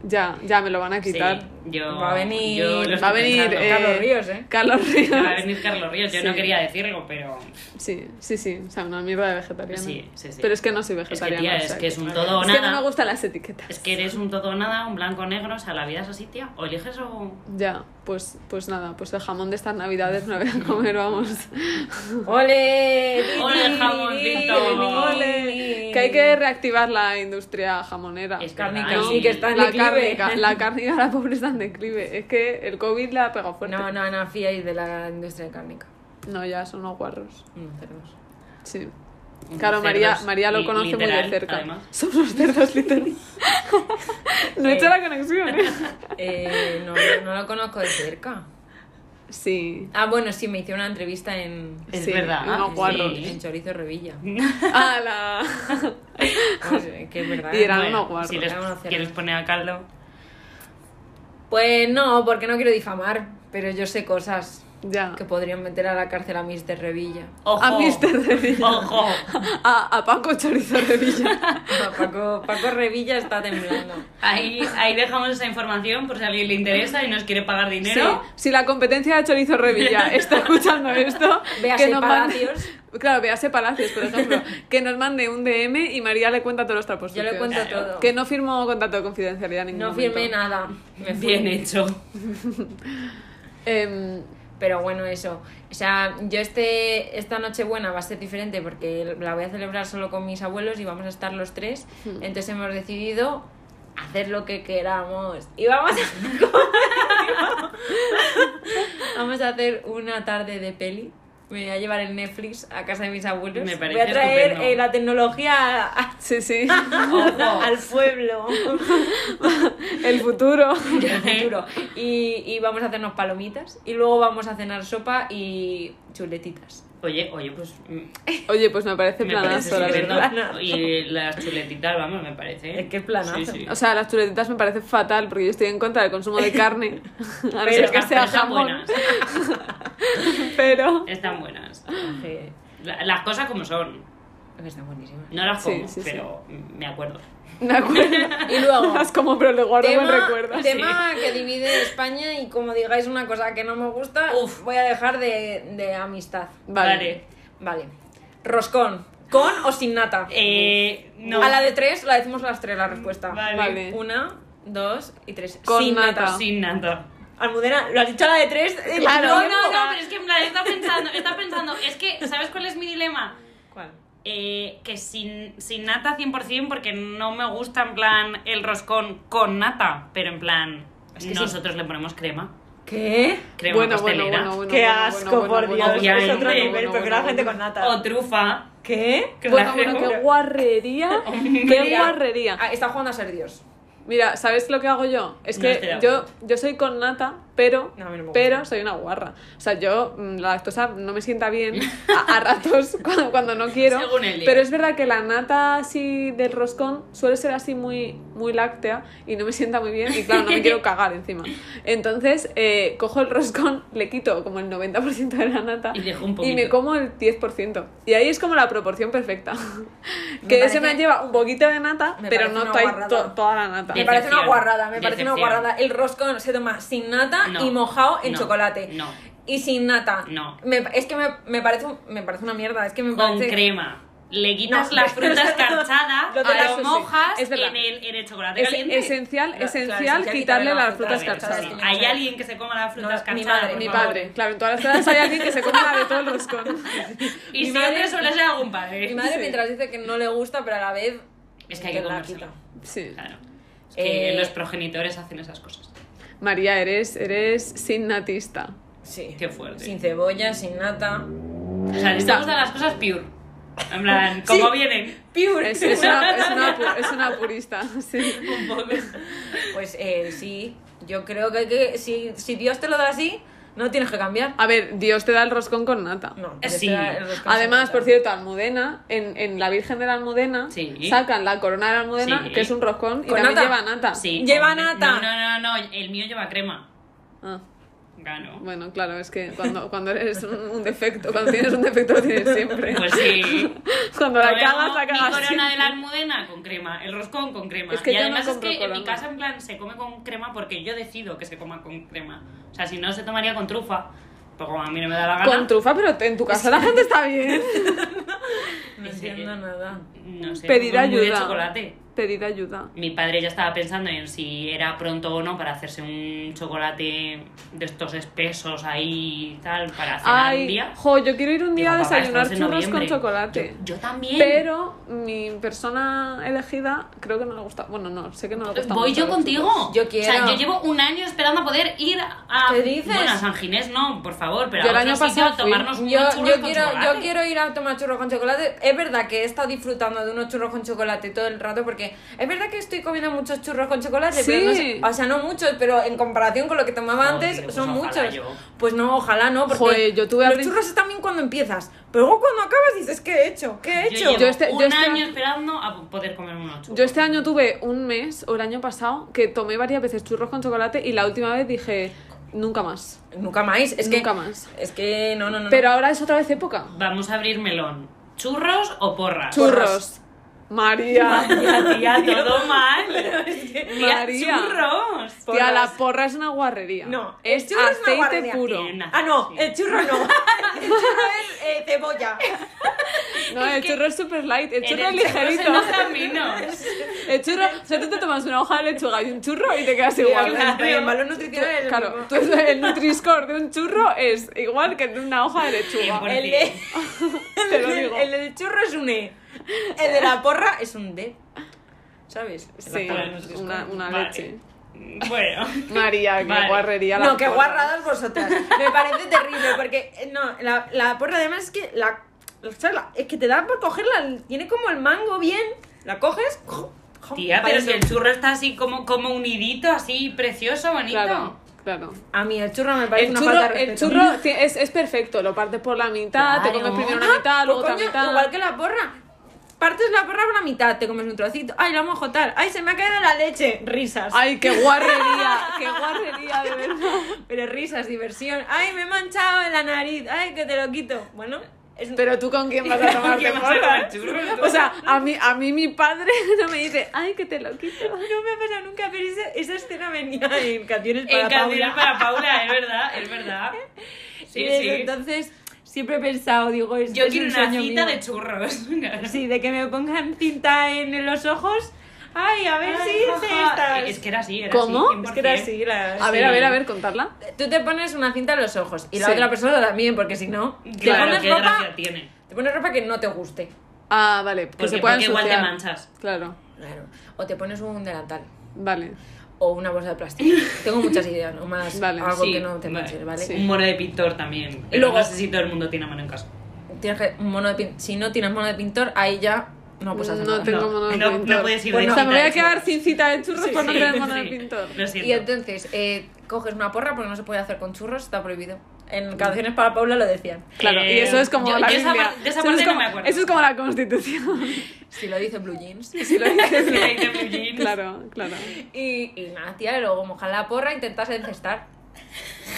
C: Ya, ya me lo van a
A: Sí,
C: quitar.
A: yo,
B: Va a venir-
A: yo lo estoy
C: va a venir
A: pensando.
C: eh,
B: Carlos Ríos, ¿eh?
C: Carlos Ríos.
A: Va a venir Carlos Ríos, yo no
C: Sí.
A: quería decirlo, pero.
C: Sí, sí, sí, o sea, una mierda de vegetariana.
A: Sí, sí, sí.
C: Pero es que no soy
A: Es que,
C: vegetariana.
A: tía,
C: o
A: es
C: sea
A: que es un todo o
C: es
A: nada.
C: que no me gustan las etiquetas.
A: Es que eres un todo o nada, un blanco o negro, o sea, la vida es así, tía. O eliges o.
C: Ya, pues, pues nada, pues el jamón de estas navidades me lo voy a comer, vamos.
B: ¡Ole!
A: ¡Ole, el jamoncito!
C: Ole. Que hay que reactivar la industria jamonera.
A: Es
B: Carne
A: verdad,
B: sí
A: y-
B: que está en
C: Ah, la
B: declive.
C: cárnica, la cárnica, la pobre está en declive. Es que el COVID la ha pegado fuerte.
B: No, no, no fiáis de la industria cárnica.
C: No, ya son unos guarros.
B: Unos cerdos.
C: Sí.
A: Unos
C: Claro,
A: cerdos,
C: María, María lo
A: li-
C: conoce muy
A: literal,
C: de cerca.
A: además.
C: Son unos cerdos, literal. no he hecho la conexión, ¿eh?
B: Eh, no, no- no lo conozco de cerca.
C: Sí.
B: Ah, bueno, sí, me hice una entrevista en.
A: Es
C: Sí,
A: verdad.
C: unos
A: sí.
C: guarros.
B: En Chorizo Revilla.
C: ¡Hala!
B: Pues, eh, que es verdad.
C: Y era- Eran
A: Bueno,
C: unos guarros,
A: Si les
B: eran unos cerdos.
A: quieres poner a caldo.
B: Pues no, porque no quiero difamar, pero yo sé cosas
C: Ya.
B: que podrían meter a la cárcel a Mr. Revilla.
A: ¡Ojo!
C: A Mr. de Villa.
A: ¡Ojo!
C: A, a Paco Chorizo de Villa.
B: No, Paco, Paco Revilla está temblando.
A: Ahí, ahí dejamos esa información por si a alguien le interesa y nos quiere pagar dinero.
C: Sí, si la competencia de Chorizo Revilla está escuchando esto,
B: Véase
C: mande-
B: Palacios.
C: Claro, véase Palacios, por ejemplo. Que nos mande un DM y María le cuenta todos los trapos.
B: Yo le
C: sucios.
B: cuento todo.
C: Que no firmó contrato de confidencialidad en ningún
B: No firmé
C: momento.
B: nada. Me fui.
A: Bien hecho.
C: Em,
B: Pero bueno, eso. O sea, yo este, esta Nochebuena va a ser diferente porque la voy a celebrar solo con mis abuelos y vamos a estar los tres.
A: Hmm.
B: Entonces hemos decidido hacer lo que queramos. Y vamos a Vamos a hacer una tarde de peli. Me voy a llevar el Netflix a casa de mis abuelos.
A: Me parece
B: voy a traer
A: estupendo.
B: eh, la tecnología a-
C: sí, sí.
A: ¡Ojo!
B: al pueblo.
C: El futuro.
B: El futuro. Y, y vamos a hacernos palomitas y luego vamos a cenar sopa y chuletitas.
A: Oye, oye, pues. mm,
C: Oye, pues me parece
A: Me parece
C: planazo, la
A: estupendo.
C: verdad.
B: verdad.
A: Y las chuletitas, vamos, me parece. ¿eh?
B: Es que es planazo.
A: Sí, sí.
C: O sea, las chuletitas me parece fatal porque yo estoy en contra del consumo de carne. A no
A: Pero
C: ser que
A: están-
C: sea
A: están
C: jamón.
A: buenas.
C: Pero.
A: Están buenas.
B: Que-
A: La- Las cosas como son.
B: que Están buenísimas.
A: No las
C: Sí,
A: como,
C: sí, sí.
A: pero me acuerdo.
C: Me acuerdo.
B: Y luego-
C: Las como, pero le guardo buen recuerdo.
B: tema que divide España y como digáis una cosa que no me gusta,
A: Uf.
B: voy a dejar de, de amistad.
C: Vale.
B: Vale. Roscón. ¿Con o sin nata?
A: Eh, no.
B: A la de tres la decimos las tres la respuesta.
A: Vale.
C: Vale.
B: Una, dos y tres.
C: Con
B: sin
C: nata.
A: Sin nada.
B: Almudena, lo has dicho a la de tres. eh,
C: Claro.
A: No,
B: no,
A: no, no, pero es que en plan está pensando, está pensando, es que, ¿sabes cuál es mi dilema?
B: ¿Cuál?
A: Eh, que sin, sin nata 100% porque no me gusta en plan el roscón con nata, pero en plan
B: Es que sí.
A: nosotros le ponemos crema,
B: ¿Qué?
A: crema
C: Bueno, bueno,
A: pastelera
C: bueno, bueno,
E: Qué
C: bueno,
E: asco,
C: bueno,
E: por
C: bueno,
E: Dios.
C: bueno,
E: es
A: obviamente.
E: otro
A: Bueno,
E: nivel, prefiero
C: bueno,
E: la gente
C: bueno.
E: con nata.
A: o trufa.
E: ¿Qué?
C: Bueno,
A: claro.
C: bueno, qué guarrería. qué guarrería.
B: Ah, está jugando a ser Dios.
C: Mira, ¿sabes lo que hago yo? Es
A: No estoy
C: que
A: de
C: yo,
A: acuerdo.
C: yo soy con nata, pero,
B: No, a mí no me gusta.
C: pero soy una guarra. O sea, yo mm, la lactosa no me sienta bien a, a ratos cuando, cuando no quiero.
A: Según el día.
C: Pero es verdad que la nata así del roscón suele ser así muy, muy láctea y no me sienta muy bien. Y claro, no me quiero cagar encima. Entonces, eh, cojo el roscón, le quito como el 90% de la nata
A: Y dejo un
C: y
A: poquito.
C: me como el 10%. Y que ahí es como la proporción perfecta. que
B: Me
C: ese me
B: parece-
C: lleva un poquito de nata,
B: Me
C: pero
B: parece
C: no
B: una
C: to-
B: guarrada.
C: to- toda la nata.
B: Me
A: Decepción.
B: parece una guarrada, me parece una
A: Decepción.
B: guarrada. El roscón se toma sin nata
A: No.
B: y mojado en
A: No.
B: chocolate.
A: No.
B: Y sin nata.
A: No.
B: Me- es que me, me parece, un- me parece una mierda. Es que me
A: Con
B: parece.
A: crema. le quitas
F: No,
A: la
F: eso
A: fruta
F: no.
A: escarchada,
F: Lo de
A: la
C: eso sí,
A: mojas
C: es verdad.
A: en, el, en el chocolate
C: Es
A: caliente.
C: esencial,
F: Claro,
C: esencial
F: claro, esencial
C: quitarle
F: quitarle
C: la
F: la fruta,
C: fruta
A: A ver,
C: escarchada.
F: sí.
A: ¿Hay alguien que se coma la fruta
F: No, mi
A: escarchada?
F: madre,
A: por
F: mi
C: Mi
A: favor?
C: padre, claro, en todas las edades hay alguien que se come la de todo el roscón.
A: Y
B: Mi
A: siempre
B: madre-
A: suele ser algún padre.
B: Mi madre mientras dice que no le gusta, pero a la vez...
A: Es que hay que
B: te la
A: comérsela.
B: quita.
C: Sí.
A: Claro. Es que
B: Eh,
A: los progenitores hacen esas cosas.
C: María, eres, eres sin natista.
B: Sí.
A: Qué fuerte.
B: Sin cebolla, sin nata.
A: O sea, les gustan las cosas pure. En plan, como vienen.
B: Pure.
C: Es, es una, es, una, pu- es una purista. Sí.
A: Un poco.
B: Pues eh, sí, yo creo que, hay que si, si Dios te lo da así, no tienes que cambiar.
C: A ver, Dios te da el roscón con nata.
B: No,
A: Eh,
B: Dios te
A: sí.
B: da el roscón
C: Además,
B: sin
C: por
B: nata.
C: cierto, Almudena, en, en la Virgen de la Almudena,
A: Sí.
C: sacan la corona de la Almudena,
A: Sí.
C: que es un roscón, y
B: Con
C: también
B: nata.
C: lleva nata.
A: Sí.
B: Lleva
A: No, No,
B: nata.
A: no, no, el mío lleva crema.
C: Ah,
A: Gano.
C: bueno, claro, es que cuando, cuando eres un, un defecto, cuando tienes un defecto lo tienes siempre.
A: Pues sí.
C: Cuando la
A: Como
C: cagas, la
A: Mi
C: cagas.
A: corona de la
C: siempre.
A: almudena con crema, el roscón con crema.
C: Es que
A: y
C: yo no
A: además es
C: compro
A: que en mi
C: corona.
A: casa, en plan, se come con crema porque yo decido que se coma con crema. O sea, si no, se tomaría con trufa. Pero como a mí no me da la gana.
C: Con trufa, pero en tu casa la gente está bien.
B: No
A: Ese-
B: entiendo nada.
A: No sé,
C: Pedir
A: como muy de
C: ayuda.
A: chocolate.
C: Pedir ayuda.
A: Mi padre ya estaba pensando en si era pronto o no para hacerse un chocolate de estos espesos ahí y tal, para cenar un
C: Ay,
A: día.
C: jo, yo quiero ir un día
A: Digo,
C: a
A: "Papá,
C: desayunar
A: estamos en
C: churros con
A: noviembre".
C: chocolate.
A: Yo, yo también.
C: Pero mi persona elegida creo que no le gusta. Bueno, no, sé que no le gusta.
A: Voy
C: mucho
A: yo
C: los
A: contigo.
C: churros.
B: Yo
A: O sea,
B: quiero.
A: yo llevo un año esperando a poder ir a.
B: ¿Qué dices?
A: Bueno, a San Ginés no, por favor, pero
C: Yo
A: a otro
C: el año
A: sitio
C: pasado
A: a tomarnos
B: Yo,
A: un
B: yo, quiero, yo quiero ir a tomar churros con chocolate. Es verdad que he estado disfrutando de unos churros con chocolate todo el rato porque es verdad que estoy comiendo muchos churros con chocolate, pero no
C: Sí.
B: sé- o sea, no muchos, pero en comparación con lo que tomaba
A: Joder,
B: antes
A: pues
B: son
A: ojalá
B: muchos.
A: yo.
B: Pues no, ojalá no, porque
C: Joder, yo tuve al
B: los
C: prin-
B: churros están bien cuando empiezas, pero luego cuando acabas dices, ¿qué he hecho? ¿Qué he
A: Yo
B: hecho?
A: llevo
C: Yo este- yo
A: un
C: este
A: año
C: año-
A: esperando a poder comer unos churros.
C: Yo este año tuve un mes, o el año pasado, que tomé varias veces churros con chocolate y la última vez dije, nunca más.
B: Nunca más, es que...
C: Nunca más.
B: Es que no,
A: Mm.
B: no, no.
C: Pero ahora es otra vez época.
A: Vamos a abrir melón. ¿Churros o porras?
C: Churros. María.
A: Tía, tía, todo mal. Tía,
C: María.
A: churros.
C: Tía, la porra es una guarrería.
B: No,
C: es
B: el churro es una
C: aceite
B: guarrería.
C: puro.
A: Tiene una-
B: Ah, no,
A: Sí.
B: el churro no. el churro es eh, cebolla.
C: No, el churro es super light, el
A: En
C: churro es
A: el churro se
C: ligerito.
A: nota menos.
C: El churro, o sea, tú te tomas una hoja de lechuga y un churro y te quedas igual.
B: El, el valor nutricional es el
C: Claro,
B: mismo.
C: tú- el Nutri-Score de un churro es igual que de una hoja de lechuga.
A: 100%.
B: El de-
C: Te
B: el
C: lo
B: del-
C: digo.
B: el del churro es un E. El de la porra es un D. ¿Sabes?
C: Sí, una, una
A: Pues, Vale.
C: leche.
A: Bueno.
C: María, qué
A: Vale.
C: guarrería la
B: No, qué
C: porra.
B: guarradas vosotras. Me parece terrible porque, eh, no, la, la porra además es que la, o sea, la- es que te da por cogerla, tiene como el mango bien, la coges.
A: Tía, pero si
B: parece-
A: el churro está así como, como unidito, así precioso, bonito.
C: Claro, claro.
B: A mí el churro me parece
C: El
B: una
C: churro,
B: falta de
C: el
B: respeto.
C: churro ti- es, es perfecto, lo partes por la mitad, te
A: Claro.
C: comes primero una mitad, luego
B: Pues
C: otra
B: coño,
C: mitad.
B: Igual que la porra. Partes la porra por la mitad, te comes un trocito. Ay, la mojo tal. Ay, se me ha caído la leche. Risas.
C: Ay, qué guarrería, qué guarrería, de verdad.
B: Pero risas, diversión. Ay, me he manchado en la nariz. Ay, que te lo quito. Bueno, es un...
C: Pero tú con quién vas a tomar
A: ¿Quién vas a tomar churros, tú?
C: O sea, a mí, a mí mi padre no me dice, ay, que te lo quito.
B: No me ha pasado nunca, pero esa, esa escena venía en canciones para
A: En canciones
B: Paula.
A: para Paula, es verdad, es verdad. Sí,
B: Y desde
A: sí.
B: Entonces, siempre he pensado, digo, es,
A: Yo
B: es
A: quiero
B: un
A: una
B: sueño
A: cita
B: mío.
A: de churros.
B: Sí, de que me pongan cinta en los ojos. Ay, a ver si hice estas.
A: Es que era así, era
C: ¿Cómo?
A: así. 100%.
B: Es que era así, la...
C: A ver, a ver, a ver, contarla.
B: Tú te pones una cinta en los ojos y la
C: Sí.
B: otra persona también, porque si no, te
A: Claro,
B: pones
A: qué
B: ropa,
A: gracia tiene.
B: te pones ropa que no te guste.
C: Ah, vale, que
A: Porque,
C: se puedan
A: porque igual te
C: ensuciar.
A: manchas.
C: Claro,
B: Claro. O te pones un delantal
C: vale.
B: o una bolsa de plástico. Tengo muchas ideas, no más
C: Vale,
B: algo
A: Sí,
B: que Ah, no te manches, ¿vale?
C: Sí.
A: Un mono de pintor también. Pero
B: Luego-
A: no sé si todo el mundo tiene mano en casa.
B: Tienes que un mono de pin- si no tienes mono de pintor, ahí ya no pues puedes hacer
C: no
B: nada.
C: tengo
A: No,
C: mono de
A: no- no
C: pintor.
A: puedes ir de
C: Bueno, o sea, me
A: cita
C: voy a
A: de
C: quedar
A: churros.
C: sin cita de churros
B: Pues
C: por no
A: Sí,
C: tener mono de
A: sí.
C: pintor.
A: Lo siento.
B: Y entonces, eh, coges una porra porque no se puede hacer con churros, está prohibido. En canciones para Paula lo decían.
C: Claro, y eso es como
A: yo-
C: la
A: yo esa
C: Biblia.
A: par- de esa
C: Eso
A: parte
C: es
A: no
C: como-
A: me acuerdo.
C: Eso es como la Constitución.
B: Si lo dice Blue Jeans.
C: Si lo dices,
A: Que
C: no.
A: hay de blue jeans.
C: Claro, claro.
B: Y, y nada, tía, y luego mojar la porra e intentas encestar.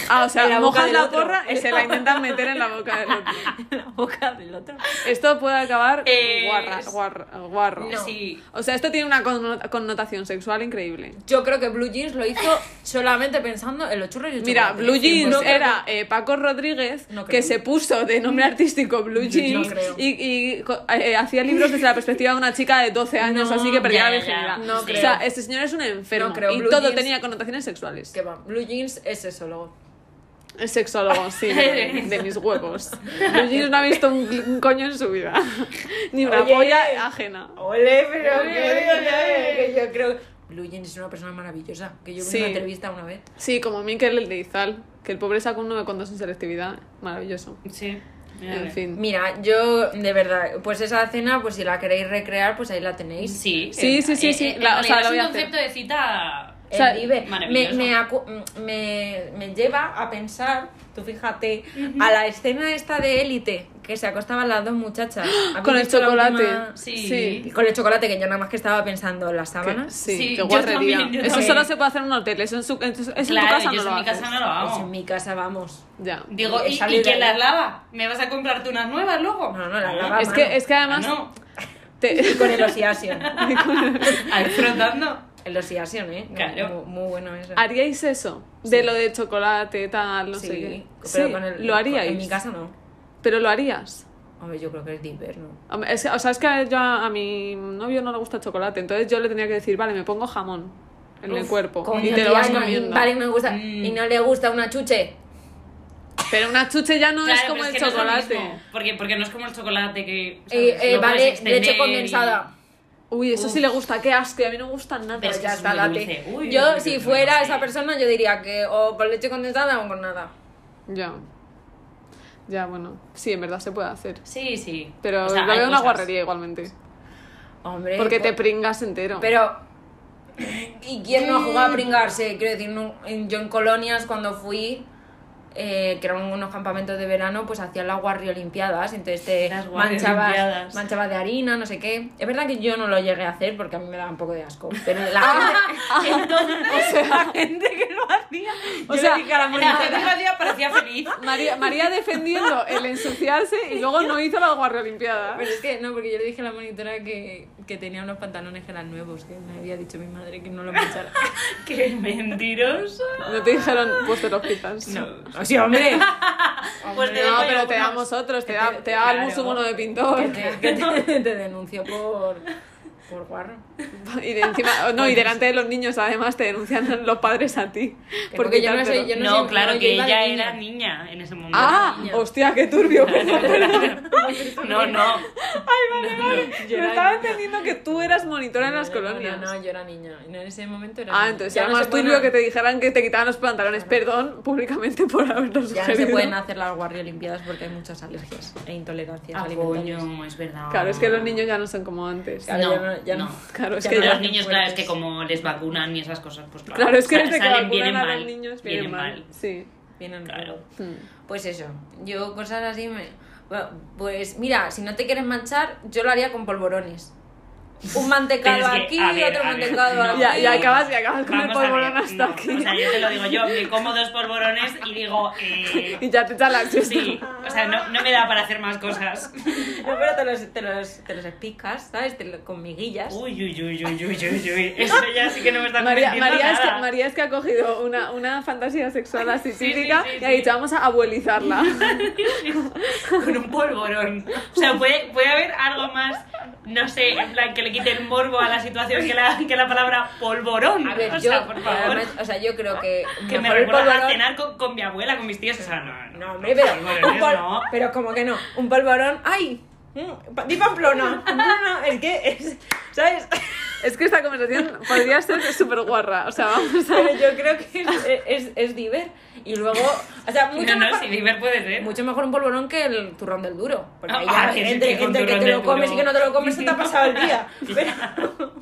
C: Ah, o sea,
B: En la boca
C: mojas
B: del
C: la
B: otro.
C: porra y se la intentan meter en la boca del otro.
B: la boca del otro.
C: Esto puede acabar
A: Eh,
C: guarra,
A: es-
C: guarra- guarro.
B: No.
A: Sí.
C: O sea, esto tiene una conno- connotación sexual increíble.
B: Yo creo que Blue Jeans lo hizo solamente pensando en los churros y el
C: Mira,
B: chocolate.
C: Blue Jeans
B: 100%.
C: era eh, Paco Rodríguez,
B: No creo.
C: que se puso de nombre artístico Blue Jeans
B: creo.
C: y, y co- eh, hacía libros desde la perspectiva de una chica de 12 años,
B: No,
C: así que
A: ya,
C: perdía la
A: ya, ya.
C: virginidad.
B: No
C: o
B: creo.
C: sea, este señor es un enfermo
B: No creo,
C: y
B: Blue
C: todo
B: Jeans-
C: tenía connotaciones sexuales.
B: Que va, Blue Jeans es eso luego.
C: Es sexólogo, sí, de, de mis huevos. Blue Jeans no ha visto un, un coño en su vida, ni una
B: Oye.
C: polla ajena.
B: Ole, pero
C: que- que-
B: yo creo Blue Jeans es una persona maravillosa, que yo vi
C: Sí.
B: una entrevista una vez.
C: Sí, como Mikel el de Izal, que el pobre sacó un 9,2 en selectividad. Maravilloso.
A: Sí.
C: En fin.
B: Mira, yo de verdad, pues esa cena, pues si la queréis recrear, pues ahí la tenéis.
A: Sí. eh,
C: Sí, sí, sí, sí, la- o sea,
A: realidad
C: la voy
A: es
C: a
A: un
C: hacer.
A: concepto de cita.
B: El
C: O sea,
B: vive. Me,
A: maravilloso.
B: me acu- mm, me- me lleva a pensar, tú fíjate, a la escena esta de élite, que se acostaban las dos muchachas. ¿Habéis
C: Con el
B: visto la
C: chocolate.
B: última?
A: Sí.
C: Sí.
B: Con el chocolate, que yo nada más que estaba pensando en las
C: Que-
B: sábanas.
C: sí,
A: Sí,
C: qué
A: yo
C: guarrería.
A: también, yo
C: eso
A: también.
C: solo se puede hacer en un hotel. Eso en, su, en tu- eso en tu
A: Claro,
C: casa
A: yo
C: no
A: eso
C: lo
A: en mi
C: haces.
A: casa no lo
B: Pues
A: hago.
B: en mi casa vamos.
C: Ya.
A: Digo, ¿y,
B: Esa
A: y
B: libre.
A: quién las lava? ¿Me vas a comprar tú unas nuevas luego?
B: No, no, las
A: Ah,
B: lava a
C: Es
B: mano.
C: que, es que
A: ah,
C: además.
A: no.
C: te-
B: Y con el Osiasion.
A: Ahí frotando.
B: el Osiasion, ¿eh? No,
A: Claro.
B: Muy, muy bueno eso.
C: ¿Haríais eso? De lo de chocolate, tal, no
B: Sí,
C: sé qué.
B: pero
C: sí,
B: con el-
C: lo haríais.
B: En mi casa no.
C: Pero lo harías.
B: Hombre, yo creo que es de invierno.
C: Hombre, Es, que- o sea, es que yo a, a mi novio no le gusta el chocolate. Entonces yo le tenía que decir, vale, me pongo jamón en el
A: Uf,
C: cuerpo.
B: Coño,
C: y te lo
B: tía,
C: vas
B: no,
C: comiendo.
B: y- vale, no me gusta.
A: Mm.
B: Y no le gusta una chuche.
C: Pero una chuche ya no
A: Claro,
C: es
A: pero
C: como el
A: que no es lo
C: chocolate.
A: mismo, porque, porque no es como el chocolate que. ¿sabes?
B: Eh, eh,
A: Lo puedes
B: vale,
A: extender
B: leche
A: y-
B: condensada. Pues
C: Uy, eso sí le gusta, qué asco, y a mí no me gusta nada.
A: Pero es que
B: Ya
A: es
B: está,
A: muy
B: date.
A: dulce. Uy,
B: yo,
A: uy,
B: si
A: uy,
B: fuera
A: uy,
B: esa
A: sí.
B: persona, yo diría que o con leche condensada o con nada.
C: Ya. Ya, bueno. Sí, en verdad se puede hacer.
A: Sí, sí.
C: Pero
A: O sea,
C: lo
A: hay
C: veo una
A: cosas.
C: guarrería igualmente.
B: Hombre.
C: Porque te
B: pues-
C: pringas entero.
B: Pero. ¿Y quién no ha jugado a pringarse? Quiero decir, no- en- yo en colonias cuando fui, eh, que eran unos campamentos de verano, pues hacían las guarriolimpiadas. Entonces te
A: Las
B: manchabas,
A: guarriolimpiadas.
B: manchabas de harina, no sé qué. Es verdad que yo no lo llegué a hacer porque a mí me daba un poco de asco. Pero la gente, entonces, la gente que lo hacía.
C: O
B: yo
C: sea,
B: le di cara muy
A: La
B: mal.
A: gente el otro día parecía feliz.
C: María, María defendiendo el ensuciarse y luego no hizo la guarreolimpiada.
B: Pero es que no, porque yo le dije a la monitora que, que tenía unos pantalones que eran nuevos, que me había dicho mi madre que no lo manchara.
A: Qué mentiroso.
C: No te dijeron, pues te los quitas.
B: o sea, hombre.
A: Pues te
C: No,
A: dejo yo
C: pero te
A: unos.
C: damos otros, te da, te da
A: claro.
C: algún sumono de pintor.
B: Que te, que te- te denunció por, por guarro.
C: Y de encima,
B: pues-
C: no, y delante de los niños además te denuncian los padres a ti.
B: Que
C: Porque
B: no, que yo no soy-
C: quitártelo.
B: yo no
A: No,
B: sé,
A: claro
B: no,
A: que
B: yo iba de
A: ella
B: niña.
A: era niña en ese momento.
C: Ah,
B: niña.
C: hostia, qué turbio. perdón, perdón.
A: No, no.
B: Yo
C: Pero
B: era
C: estaba
B: niña.
C: entendiendo que tú eras monitora en las
B: No, no,
C: colonias.
B: No, no, yo era niña. En ese momento era
C: Ah,
B: niña.
C: entonces
B: Ya
C: era
B: no
C: más
B: se pueden
C: turbio
B: ha-
C: que te dijeran que te quitaran los pantalones. Perdón públicamente por haberlo
B: Ya
C: sugerido.
B: no se pueden hacer las guarriolimpiadas porque hay muchas alergias e intolerancias
A: Ah,
B: alimentarias.
A: coño, es verdad.
C: Claro, es que los niños ya no son como antes.
B: Claro,
A: No,
B: ya no- ya no.
A: no.
C: Claro, es
B: Ya
C: que
B: no
A: Pero
C: ya-
A: los niños, claro, es que como les vacunan y esas cosas, pues claro.
C: Claro, es que
A: sa-
C: desde que
A: salen,
C: vacunan
A: vienen
C: a los
A: mal,
C: niños vienen mal. Sí.
B: Vienen
A: Claro.
B: luego.
C: Hmm.
B: Pues eso, yo cosas así me... bueno, pues mira, si no te quieres manchar, yo lo haría con polvorones. Un mantecado
A: Pero es que,
B: aquí,
A: a ver,
B: otro
A: a ver,
B: mantecado
A: no.
B: aquí.
C: Ya, ya acabas, ya acabas con el
A: Vamos a
C: polvorón
A: ver,
C: hasta
A: no,
C: aquí.
A: O sea, yo te lo digo yo, me como dos polvorones y digo, eh,
C: Y ya te echas la siesta.
A: sí, o sea, no, no me da para hacer más cosas.
B: No, pero te los, te los, te los picas, ¿sabes? Te lo- con miguillas.
A: Uy, uy, uy, uy, uy, uy, uy, eso ya sí que no me está
C: María,
A: convenciendo
C: María, es que,
A: nada.
C: María es que ha cogido una, una fantasía sexual así
A: Sí, sí,
C: típica
A: sí,
C: y ha
A: sí.
C: dicho, vamos a abuelizarla.
A: con un polvorón. O sea, puede, puede haber algo más, no sé, en plan que le quite el morbo a la situación que la, que la palabra polvorón.
B: A ver,
A: o
B: yo,
A: sea, por favor.
B: además, o sea, yo creo que...
A: Que me
B: mejor el
A: recuerda a
B: polvorón-
A: cenar con, con mi abuela, con mis tíos. O sea, no, no,
B: No, hombre, pero... un
A: polvorones,
B: pol-
A: no.
B: Pero como que no, un polvorón... ¡Ay! Mm, pa- Di Pamplona. Pamplona, es que es... ¿Sabes?
C: es que esta conversación podría ser súper guarra. O sea, vamos a...
B: Pero yo creo que es, es, es diver. Y luego, o sea, mucho,
A: No, no,
B: mejor,
A: si Diver puede ser.
B: mucho mejor un polvorón que el turrón del duro. Porque ahí
A: Ah, es
B: ya
A: que
B: entre,
A: con
B: entre que
A: turrón
B: te
A: del
B: lo comes
A: duro.
B: y que no te lo comes se te ha pasado el día. Pero,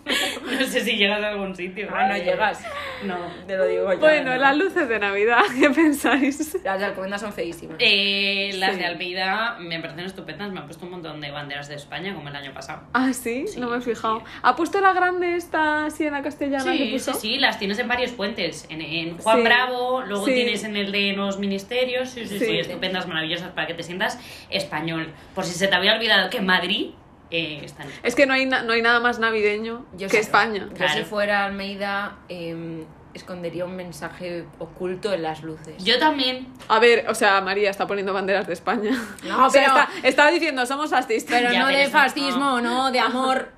A: No sé si llegas a algún sitio. eh,
B: Ah, no llegas.
A: No.
B: Te lo digo yo.
C: Bueno,
B: no.
C: las luces de Navidad, ¿qué pensáis?
B: Las de Alcobendas son feísimas.
A: Eh, las
C: Sí.
A: de Almeida me parecen estupendas. Me han puesto un montón de banderas de España, como el año pasado.
C: Ah, sí,
A: Sí,
C: no me he
A: sí,
C: fijado.
A: sí.
C: ¿Ha puesto la grande esta Siena Castellana que
A: Sí, sí,
C: puso?
A: sí, las tienes en varios puentes. En, en Juan
C: Sí.
A: Bravo, luego
C: Sí.
A: tienes en el de los ministerios. Sí, sí,
C: Sí.
A: sí, estupendas, maravillosas para que te sientas español. Por si se te había olvidado que en Madrid eh, están.
C: Es que no hay, na- no hay nada más navideño
B: Yo
C: que
B: si-
C: España.
B: Yo si
A: Claro.
B: fuera Almeida, eh, escondería un mensaje oculto en las luces.
A: Yo también.
C: A ver, o sea, María está poniendo banderas de España.
B: No,
C: O sea,
B: pero-
C: está- estaba diciendo, somos fascistas.
B: Pero
A: Ya,
B: no
A: pero
B: de
A: eso Ah.
B: fascismo, no. de amor.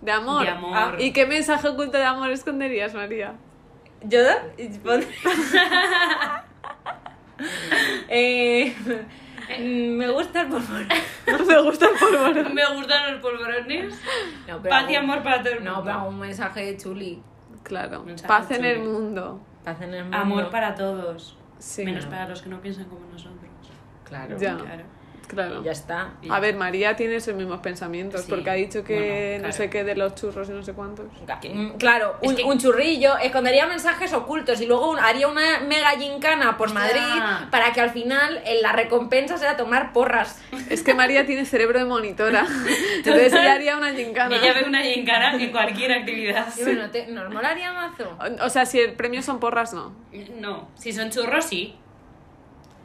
C: De amor.
A: De amor.
C: Ah, ¿Y qué mensaje oculto de amor esconderías, María?
B: Yo eh, me gusta el favor.
C: No te gusta el polvorón.
A: Me gustan los polvorones.
B: No, pero
A: Paz y
B: algún-
A: amor para todo el mundo.
B: No, pero algún mensaje chuli.
C: Claro.
A: Mensaje
C: Paz en
A: chulo.
C: el mundo.
B: Paz en el mundo.
A: Amor para todos.
C: Sí.
A: Menos para los que no piensan como nosotros.
B: Claro.
C: Ya.
A: Claro.
C: Claro.
B: Y ya está.
C: A ver, María tiene esos mismos pensamientos
B: Sí.
C: porque ha dicho que
A: Bueno,
C: no
A: claro.
C: sé qué de los churros y no sé cuántos.
B: Mm, Claro,
A: Es
B: un,
A: que-
B: un churrillo, escondería mensajes ocultos y luego un- haría una mega gincana por
A: Hostia.
B: Madrid para que al final eh, la recompensa sea tomar porras.
C: Es que María tiene cerebro de monitora. Entonces ella haría una gincana.
A: Ella ve una yenkara en cualquier actividad.
B: Y bueno, te- nos molaría mazo.
C: O- O sea, si el premio son porras, no.
A: No, si son churros, sí.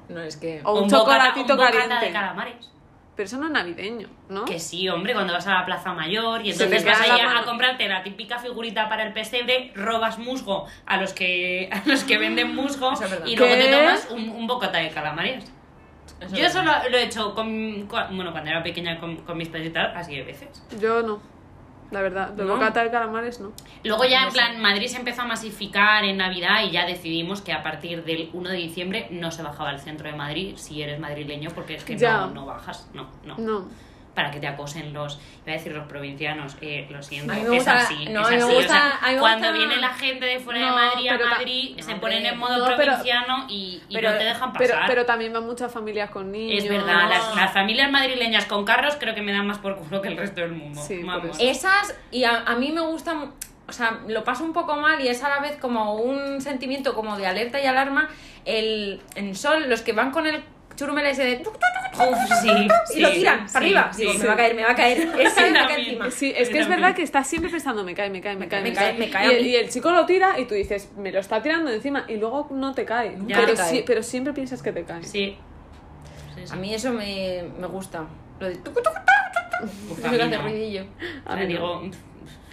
B: No, es que.
C: O un,
A: bocata-
C: chocolatito
A: un bocata de
C: caliente.
A: calamares.
C: Pero eso no es navideño, ¿no?
A: Que sí, hombre, cuando vas a la Plaza Mayor y
C: Se
A: entonces
C: te
A: vas
C: queda la
A: allá
C: mano.
A: a comprarte la típica figurita para el pesebre, robas musgo a los que, a los que venden musgo
B: Ah, Eso es verdad.
A: y luego
C: ¿Qué?
A: te tomas un, un bocata de calamares.
B: Eso
A: Yo
B: es
A: eso lo, lo he hecho con, con- bueno, cuando era pequeña con, con mis padres y tal, así de veces.
C: Yo no. La verdad, de
A: No.
C: bocata de calamares no.
A: Luego ya,
B: No
A: en
B: sé.
A: plan, Madrid se empezó a masificar en Navidad y ya decidimos que a partir del 1 de diciembre no se bajaba al centro de Madrid si eres madrileño porque es que
C: Ya.
A: no, no bajas, no, no.
C: No.
A: para que te acosen los, iba a decir los provincianos, eh, lo siento,
B: A mí me
A: es
B: gusta-
A: así,
B: no,
A: es
B: a mí
A: así,
B: me
A: o
B: gusta-
A: sea,
B: a mí me
A: cuando
B: gusta-
A: viene la gente de fuera
C: No,
A: de Madrid a
C: pero ta-
A: Madrid, se
B: no,
A: ponen
B: hombre,
A: en modo
C: no, pero-
A: provinciano y, y
B: pero-
A: no te dejan pasar.
C: Pero, pero también van muchas familias con niños.
A: es verdad,
B: no.
A: las, las familias madrileñas con carros creo que me dan más por culo que el resto del mundo.
C: Sí, por
A: Vamos.
C: eso.
B: Esas, y a, a mí me gustan, o sea, lo paso un poco mal y es a la vez como un sentimiento como de alerta y alarma. El, en sol, los que van con el churumel ese de... tuc, tuc, tuc,
A: Uf, sí,
B: y
A: sí,
B: lo tiran
A: sí,
B: para arriba.
A: sí,
B: Digo,
A: sí.
B: me va a caer, me va a caer. Esa es la que
A: También.
B: encima.
C: Sí,
A: Yo
C: es que es
A: también.
C: verdad que estás siempre pensando, me cae, me cae, me cae,
B: me cae, me cae
C: Y
B: a
C: el-
B: mí.
C: Y, el chico lo tira y tú dices, me lo está tirando encima y luego no te cae.
A: Ya.
C: Pero,
A: Te
B: cae.
C: sí- pero siempre piensas que te cae.
A: Sí. Sí, sí.
B: A mí eso me, me gusta. Lo de tucu, tucu,
A: Uf,
B: tucu,
A: Pues a
B: que
A: mí
B: hace
A: no.
B: ruidillo.
A: O
C: A
A: sea,
C: mí no.
A: digo,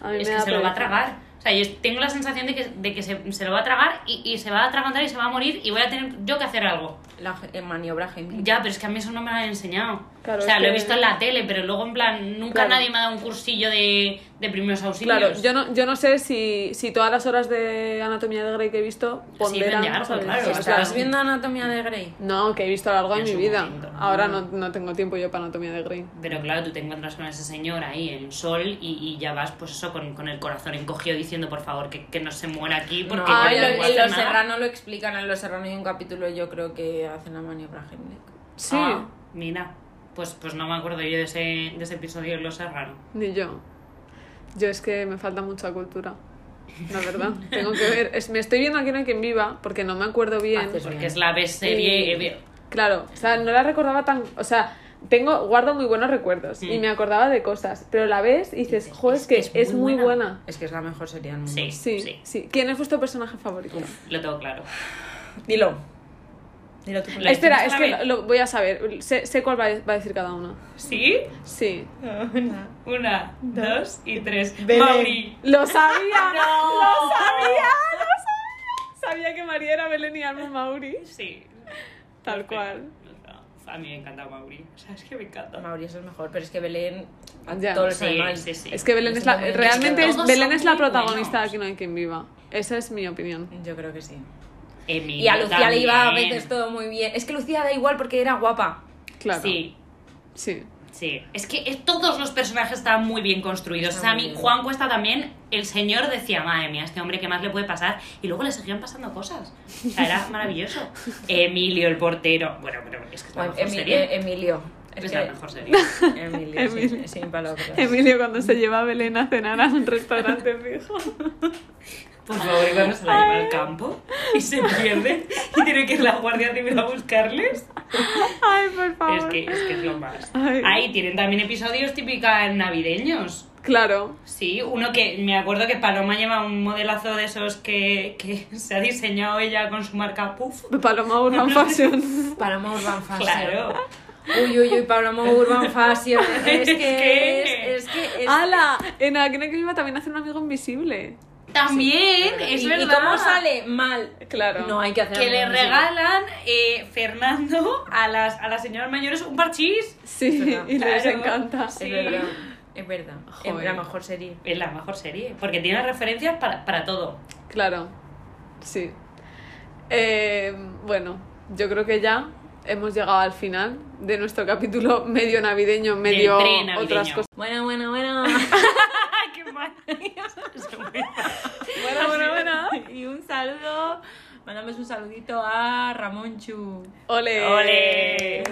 C: A mí
A: es
C: me
A: que
C: da
A: se lo va
C: pereza.
A: a tragar. O sea, yo tengo la sensación de que, de que se, se lo va a tragar y, y se va a atragantar y se va a morir y voy a tener yo que hacer algo.
B: La, ge- el maniobraje.
A: Ya, pero es que a mí eso no me lo han enseñado.
C: Claro,
A: o sea,
C: es
A: lo he
C: que-
A: visto en la tele, pero luego en plan, nunca
C: Claro.
A: nadie me ha dado un cursillo de, de primeros auxilios.
C: Claro, yo no, yo no sé si, si todas las horas de anatomía de Grey que he visto ponderan.
A: de algo,
C: ¿sabes?
A: claro,
C: O sea,
A: claro.
B: ¿Estás viendo Anatomía de Grey?
C: No, que he visto a lo largo de
A: En
C: mi
A: su
C: vida.
A: momento.
C: Ahora no, no tengo tiempo yo para anatomía de Grey.
A: Pero claro, tú te encuentras con ese señor ahí en sol y, y ya vas, pues eso, con, con el corazón encogido diciendo, por favor, que, que no se muera aquí porque
B: No,
A: yo
C: Ah,
B: en
A: no
B: lo-
A: puedo
B: en
A: hacer
B: Los
A: nada.
B: Serrano lo explican. En Los Serrano hay un capítulo, yo creo que hacen la maniobra Heimlich.
C: Sí,
A: Ah, mira, pues, pues no me acuerdo yo de ese, de ese episodio en Los Serrano.
C: ni yo. Yo es que me falta mucha cultura. La verdad, tengo que ver. Es- me estoy viendo aquí en quien viva porque no me acuerdo bien.
B: Haces
A: Porque es la best serie.
C: Y-
A: eh,
C: Claro, o sea, no la recordaba tan. O sea, tengo, guardo muy buenos recuerdos y
A: Mm.
C: me acordaba de cosas, pero la ves y dices, joder, es que es, muy buena.
B: Es que es la mejor serie del mundo.
A: Sí,
C: Sí,
A: sí,
C: sí, ¿Quién es vuestro personaje favorito?
A: Lo tengo claro.
B: Dilo. Dilo tú.
A: La
C: Espera, es
A: hicimos
C: que
A: a la
C: lo,
A: vez.
C: lo voy a saber. Sé, sé cuál va a, va a decir cada uno.
A: ¿Sí?
C: Sí.
A: Una, dos y tres.
B: Belén.
A: Mauri.
C: ¡Lo sabía!
A: No.
C: ¡Lo sabía! ¡Lo sabía! Sabía que María era Belén y Alma Mauri.
A: Sí.
C: Tal cual.
A: No, A mí me encanta Mauri. O sea, es que me encanta.
B: Mauricio es el mejor, pero es que Belén. A
C: Ah, Ya.
B: todos los
A: Sí,
B: animales.
A: sí, sí.
C: Es que Belén
B: Es
C: es la.
B: muy-
C: Realmente es,
A: todos
C: Belén
A: son
C: es la
A: muy
C: protagonista
A: buenos.
C: de Aquí no hay quien viva. Esa es mi opinión.
B: Yo creo que sí.
A: Emilia
B: Y a Lucía le iba a
A: también.
B: veces todo muy bien. Es que Lucía da igual porque era guapa.
C: Claro.
A: Sí.
C: Sí.
A: Sí, es que es- todos los personajes estaban muy bien construidos. O sea,
B: Está
A: a
B: muy
A: mí,
B: bien.
A: Juan Cuesta también, el señor decía, madre mía, este hombre, ¿qué más le puede pasar? Y luego le seguían pasando cosas. O sea, era maravilloso. Emilio, el portero. Bueno, pero es que es la
B: Bueno,
A: mejor
B: Emi-
A: serie.
B: eh, Emilio.
A: Es
B: que-
A: la mejor serie.
B: Emilio,
C: Emilio.
B: Sin, sin palabras.
C: Emilio cuando se lleva a Belén a cenar a un restaurante fijo.
A: Por favor, cuando se la lleva al campo y se pierde y tiene que ir la guardia civil a buscarles.
C: Ay, por favor.
A: Es que, es que es lo más.
C: Ay.
A: Ahí tienen también episodios típicos navideños.
C: Claro.
A: Sí, uno que me acuerdo que Paloma lleva un modelazo de esos que, que se ha diseñado ella con su marca Puff.
C: Paloma Urban Fashion.
B: Paloma Urban Fashion.
A: Claro.
B: Uy, uy, uy, Paloma Urban Fashion. Es
A: Es que-
B: que es, es que es-
C: ¡Hala! En Acne que iba también a hacer un amigo invisible.
A: También, es
B: ¿Y, y
A: verdad.
B: cómo sale? Mal.
C: Claro.
B: No hay que hacer
A: Que le
B: nada.
A: regalan eh, Fernando a las, a las señoras mayores un parchís.
C: Sí,
B: Claro.
C: y les encanta.
A: Sí.
B: Es verdad. Es verdad.
C: Joder.
B: Es la mejor serie.
A: Es la mejor serie, porque tiene referencias para, para todo.
C: Claro. Sí. Eh, bueno, yo creo que ya hemos llegado al final de nuestro capítulo medio navideño, medio
A: pre-navideño.
C: otras cosas.
B: Bueno, bueno, bueno.
A: ¡Ay, qué mal! Se me
B: bueno,
C: bueno, bueno.
B: Y un saludo.
A: Eh,
B: Mandamos un saludito a Ramón Chu.
C: ¡Ole!
A: ¡Ole!